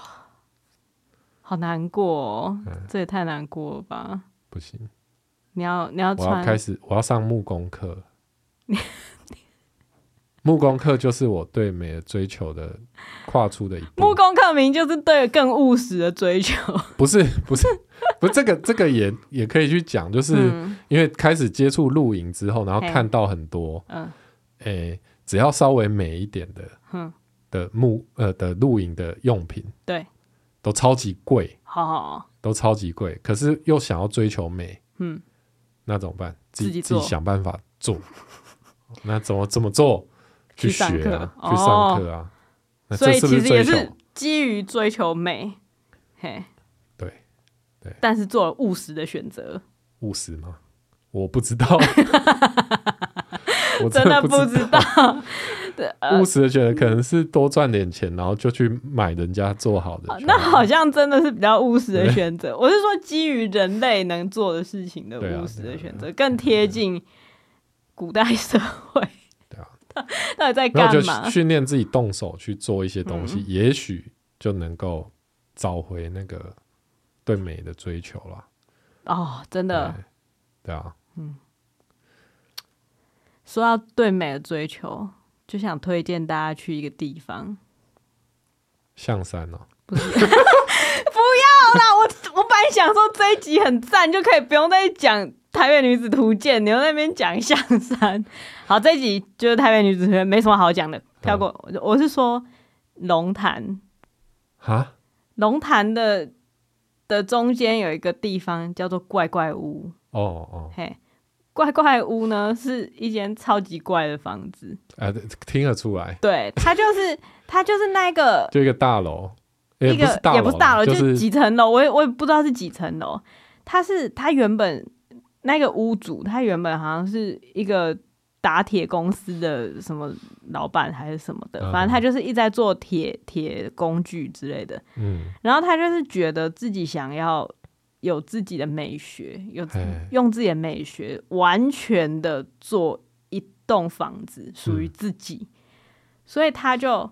[SPEAKER 1] 好难过、哦，
[SPEAKER 2] 嗯
[SPEAKER 1] 这也太难过了吧！
[SPEAKER 2] 不行，
[SPEAKER 1] 你要你要
[SPEAKER 2] 我要
[SPEAKER 1] 穿
[SPEAKER 2] 开始，我要上木工课。木工课就是我对美的追求的跨出的一
[SPEAKER 1] 木
[SPEAKER 2] 步，
[SPEAKER 1] 工课名，就是对更务实的追 求。
[SPEAKER 2] 不是不是不是这个这个也也可以去讲，就是
[SPEAKER 1] 嗯
[SPEAKER 2] 因为开始接触露营之后，然后
[SPEAKER 1] 嘿
[SPEAKER 2] 看到很多
[SPEAKER 1] 嗯
[SPEAKER 2] 诶、只要稍微美一点的
[SPEAKER 1] 哼，
[SPEAKER 2] 的木呃的露营的用品
[SPEAKER 1] 对，
[SPEAKER 2] 都超级贵，
[SPEAKER 1] 好好好，
[SPEAKER 2] 都超级贵，可是又想要追求美，
[SPEAKER 1] 嗯，
[SPEAKER 2] 那怎么办？自
[SPEAKER 1] 自己
[SPEAKER 2] 自己
[SPEAKER 1] 做
[SPEAKER 2] 想办法做。 那怎么怎么做？
[SPEAKER 1] 去
[SPEAKER 2] 学
[SPEAKER 1] 上课哦
[SPEAKER 2] 啊，去上课啊。那
[SPEAKER 1] 所
[SPEAKER 2] 这
[SPEAKER 1] 以
[SPEAKER 2] 是不
[SPEAKER 1] 其
[SPEAKER 2] 是
[SPEAKER 1] 实也
[SPEAKER 2] 追求？
[SPEAKER 1] 是基于追求美，嘿，
[SPEAKER 2] 对，
[SPEAKER 1] 但是做了务实的选 择，
[SPEAKER 2] 务实吗？我 不知道，我
[SPEAKER 1] 真
[SPEAKER 2] 的
[SPEAKER 1] 的不知
[SPEAKER 2] 知
[SPEAKER 1] 道。
[SPEAKER 2] 务实的觉得可能是多赚点钱，然后就去买人家做好 的就好。
[SPEAKER 1] 哦那好像真的是比较务实的选择。我是说，基于人类能做的事情的
[SPEAKER 2] 对啊啊
[SPEAKER 1] 务实的选择，更贴近古代社会，
[SPEAKER 2] 对啊，
[SPEAKER 1] 到底在
[SPEAKER 2] 然
[SPEAKER 1] 干
[SPEAKER 2] 后就
[SPEAKER 1] 嘛？嗯
[SPEAKER 2] 训练自己动手去做一些东西，也许就能够找回那个对美的追求啦。
[SPEAKER 1] 哦，真的，
[SPEAKER 2] 对，对啊，
[SPEAKER 1] 说到对美的追求，就想推荐大家去一个地方。
[SPEAKER 2] 象山哦，
[SPEAKER 1] 好啦，我我本来想说这一集很赞，就可以不用再讲台北女子图鉴，你又在那边讲象山。好，这一集就是台北女子图鉴，没什么好讲的，跳过。我是说龙潭，
[SPEAKER 2] 哈，
[SPEAKER 1] 龙潭的的中间有一个地方叫做怪怪屋，
[SPEAKER 2] 哦哦，
[SPEAKER 1] 嘿。怪怪屋呢，是一间超级怪的房子。
[SPEAKER 2] 哎，听得出来，
[SPEAKER 1] 对，它就是它就是那个
[SPEAKER 2] 就一个大楼，也
[SPEAKER 1] 一
[SPEAKER 2] 不
[SPEAKER 1] 个
[SPEAKER 2] 是大楼啦，
[SPEAKER 1] 也不是大楼，
[SPEAKER 2] 就
[SPEAKER 1] 就是
[SPEAKER 2] 是
[SPEAKER 1] 几层楼，我也我也不知道是几层楼。他是他原本那个屋主，他原本好像是一个打铁公司的什么老板还是什么的，
[SPEAKER 2] 嗯
[SPEAKER 1] 反正他就是一直在做铁铁工具之类的。
[SPEAKER 2] 嗯，
[SPEAKER 1] 然后他就是觉得自己想要有自己的美学，有自
[SPEAKER 2] 哎
[SPEAKER 1] 用自己的美学完全的做一栋房子属于自己，所以他就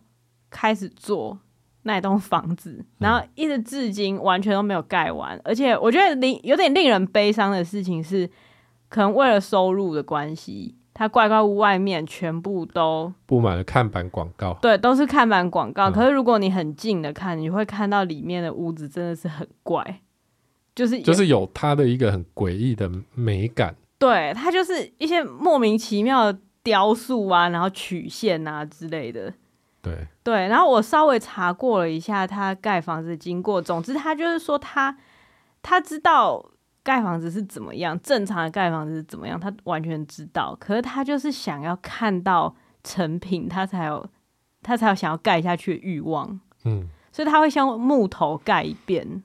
[SPEAKER 1] 开始做那栋房子，然后一直至今完全都没有盖完。而且我觉得令有点令人悲伤的事情是，可能为了收入的关系，他怪怪屋外面全部都
[SPEAKER 2] 布满了看板广告，
[SPEAKER 1] 对，都是看板广告。
[SPEAKER 2] 嗯
[SPEAKER 1] 可是如果你很近的看，你会看到里面的屋子真的是很怪，就是
[SPEAKER 2] 就
[SPEAKER 1] 有
[SPEAKER 2] 是有它的一个很诡异的美感，
[SPEAKER 1] 对它就是一些莫名其妙的雕塑啊，然后曲线啊之类的。
[SPEAKER 2] 对，
[SPEAKER 1] 对，然后我稍微查过了一下他盖房子的经过，总之他就是说他他知道盖房子是怎么样，正常的盖房子是怎么样，他完全知道。可是他就是想要看到成品，他才有他才有想要盖下去的欲望。
[SPEAKER 2] 嗯，
[SPEAKER 1] 所以他会先用木头盖一遍，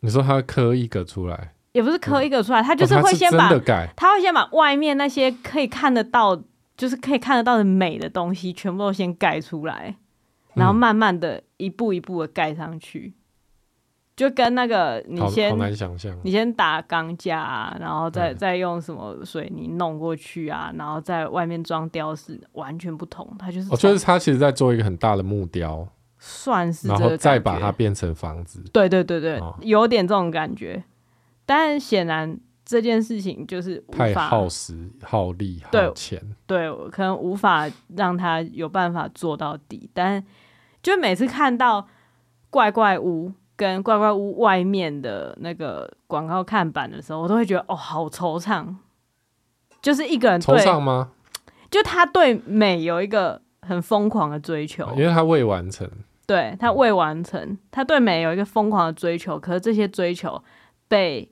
[SPEAKER 2] 你说它刻一个出来，哦
[SPEAKER 1] 也不是刻一个出来，他
[SPEAKER 2] 它
[SPEAKER 1] 就是会先
[SPEAKER 2] 真
[SPEAKER 1] 把、
[SPEAKER 2] 的改，
[SPEAKER 1] 他会先把外面那些可以看得到，就是可以看得到的美的东西，全部都先盖出来，然后慢慢的一步一步的盖上去，就跟那个你
[SPEAKER 2] 好好
[SPEAKER 1] 先
[SPEAKER 2] 难想象，
[SPEAKER 1] 你先打钢架、啊，然后再
[SPEAKER 2] 嗯
[SPEAKER 1] 再用什么水泥弄过去啊，然后在外面装雕饰，完全不同，他就是
[SPEAKER 2] 哦，就是它其实在做一个很大的木雕，
[SPEAKER 1] 算是
[SPEAKER 2] 然
[SPEAKER 1] 这
[SPEAKER 2] 后
[SPEAKER 1] 个
[SPEAKER 2] 再
[SPEAKER 1] 感
[SPEAKER 2] 把
[SPEAKER 1] 觉
[SPEAKER 2] 它变成房子，
[SPEAKER 1] 对对对对，
[SPEAKER 2] 哦
[SPEAKER 1] 有点这种感觉，但显然这件事情就是无
[SPEAKER 2] 太
[SPEAKER 1] 法
[SPEAKER 2] 耗时、耗力、
[SPEAKER 1] 对
[SPEAKER 2] 耗钱，
[SPEAKER 1] 对，我可能无法让他有办法做到底，但就每次看到怪怪屋跟怪怪屋外面的那个广告看板的时候，我都会觉得哦，好惆怅，就是一个人
[SPEAKER 2] 惆
[SPEAKER 1] 对，
[SPEAKER 2] 怅吗？
[SPEAKER 1] 就他对美有一个很疯狂的追求，
[SPEAKER 2] 因为它未完成，
[SPEAKER 1] 对
[SPEAKER 2] 嗯
[SPEAKER 1] 他未完成，他对美有一个疯狂的追求，可是这些追求被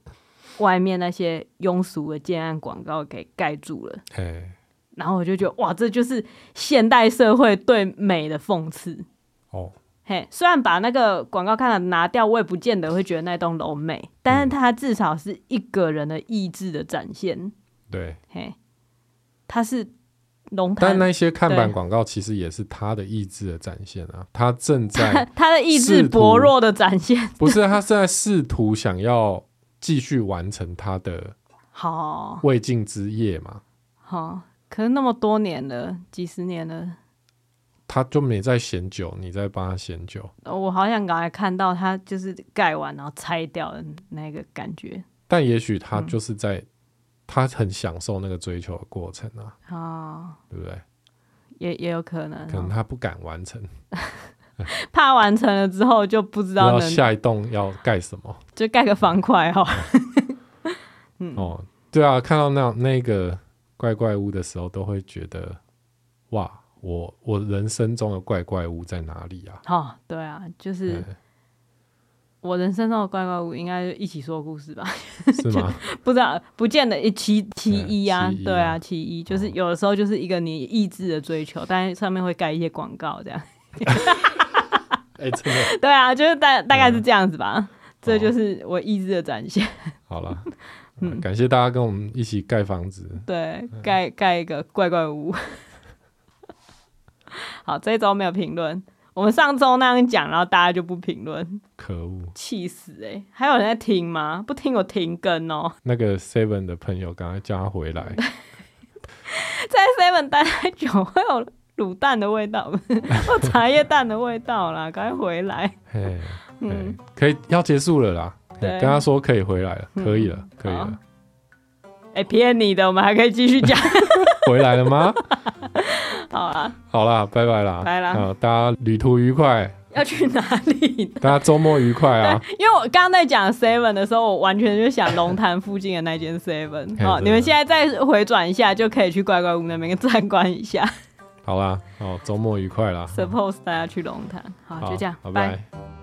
[SPEAKER 1] 外面那些庸俗的建案广告给盖住了。
[SPEAKER 2] 哎，
[SPEAKER 1] 然后我就觉得，哇，这就是现代社会对美的讽刺。
[SPEAKER 2] 哦，
[SPEAKER 1] 嘿，虽然把那个广告看板拿掉，我也不见得会觉得那栋楼美，但是
[SPEAKER 2] 嗯
[SPEAKER 1] 它至少是一个人的意志的展现。
[SPEAKER 2] 对，
[SPEAKER 1] 嘿，它是龙
[SPEAKER 2] 但
[SPEAKER 1] 潭，
[SPEAKER 2] 那些看板
[SPEAKER 1] 对
[SPEAKER 2] 广告其实也是他的意志的展现啊，他正
[SPEAKER 1] 它
[SPEAKER 2] 在
[SPEAKER 1] 它的意志
[SPEAKER 2] 试图
[SPEAKER 1] 薄弱的展现。
[SPEAKER 2] 不是他是在试图想要继续完成他的
[SPEAKER 1] 好
[SPEAKER 2] 未尽之业嘛，
[SPEAKER 1] 好，可是那么多年了，几十年了。
[SPEAKER 2] 他就没在嫌久，你在帮他嫌久。
[SPEAKER 1] 我好想赶快看到它就是盖完然后拆掉的那个感觉
[SPEAKER 2] 但也许他就是在、他很享受那个追求的过程啊，
[SPEAKER 1] 啊、
[SPEAKER 2] 对不对？
[SPEAKER 1] 也也有可能哦、
[SPEAKER 2] 可能他不敢完成，
[SPEAKER 1] 怕完成了之后就不知
[SPEAKER 2] 不知道
[SPEAKER 1] 道能
[SPEAKER 2] 下一栋要盖什么、
[SPEAKER 1] 就盖个方块 哈、
[SPEAKER 2] 哦。对啊，看到那那个怪怪屋的时候，都会觉得哇，我我人生中的怪怪屋在哪里啊？
[SPEAKER 1] 哦。对啊，就是
[SPEAKER 2] 嗯
[SPEAKER 1] 我人生中的怪怪物，应该就一起说故事吧？
[SPEAKER 2] 是吗？
[SPEAKER 1] 不知道，不见得一其其一啊，
[SPEAKER 2] 其一啊
[SPEAKER 1] 对啊，其一就是有的时候就是一个你意志的追求，但是上面会盖一些广告这样。
[SPEAKER 2] 哎、真的
[SPEAKER 1] 对啊，就是大大概是这样子吧。这
[SPEAKER 2] 嗯哦
[SPEAKER 1] 就是我意志的展现。
[SPEAKER 2] 好了，嗯感谢大家跟我们一起盖房子。
[SPEAKER 1] 对，盖盖一个怪怪屋。 好，这一周没有评论。我们上周那样讲，然后大家就不评论。
[SPEAKER 2] 可恶，
[SPEAKER 1] 气死哎、欸！还有人在听吗？不听我停更哦、
[SPEAKER 2] 那个 Seven 的朋友，赶快叫他回来。
[SPEAKER 1] 在 Seven 待太久会有卤蛋的味道， 不是或茶叶蛋的味道啦，赶快回来。
[SPEAKER 2] 嘿，
[SPEAKER 1] 嗯
[SPEAKER 2] 嗯，可以要结束了啦，嘿
[SPEAKER 1] 对
[SPEAKER 2] 跟他说可以回来了，
[SPEAKER 1] 嗯
[SPEAKER 2] 可以了，可以
[SPEAKER 1] 好
[SPEAKER 2] 了，
[SPEAKER 1] 哎、骗你的，我们还可以继续讲。
[SPEAKER 2] 回来了吗？
[SPEAKER 1] 好啦，
[SPEAKER 2] 好啦，拜拜啦，
[SPEAKER 1] 拜啦
[SPEAKER 2] 啊大家旅途愉快，
[SPEAKER 1] 要去哪里呢？
[SPEAKER 2] 大家周末愉快 啊，
[SPEAKER 1] 因为我刚刚在讲 Seven 的时候，我完全就想龙潭附近的那间 Seven。
[SPEAKER 2] 哎
[SPEAKER 1] 好，
[SPEAKER 2] 对
[SPEAKER 1] 你们现在再回转一下，就可以去怪怪屋那边参观一 下。
[SPEAKER 2] 好啦，哦，周末愉快啦，
[SPEAKER 1] Suppose 大家去龙潭。好，就这样，
[SPEAKER 2] 好拜
[SPEAKER 1] 拜
[SPEAKER 2] 拜。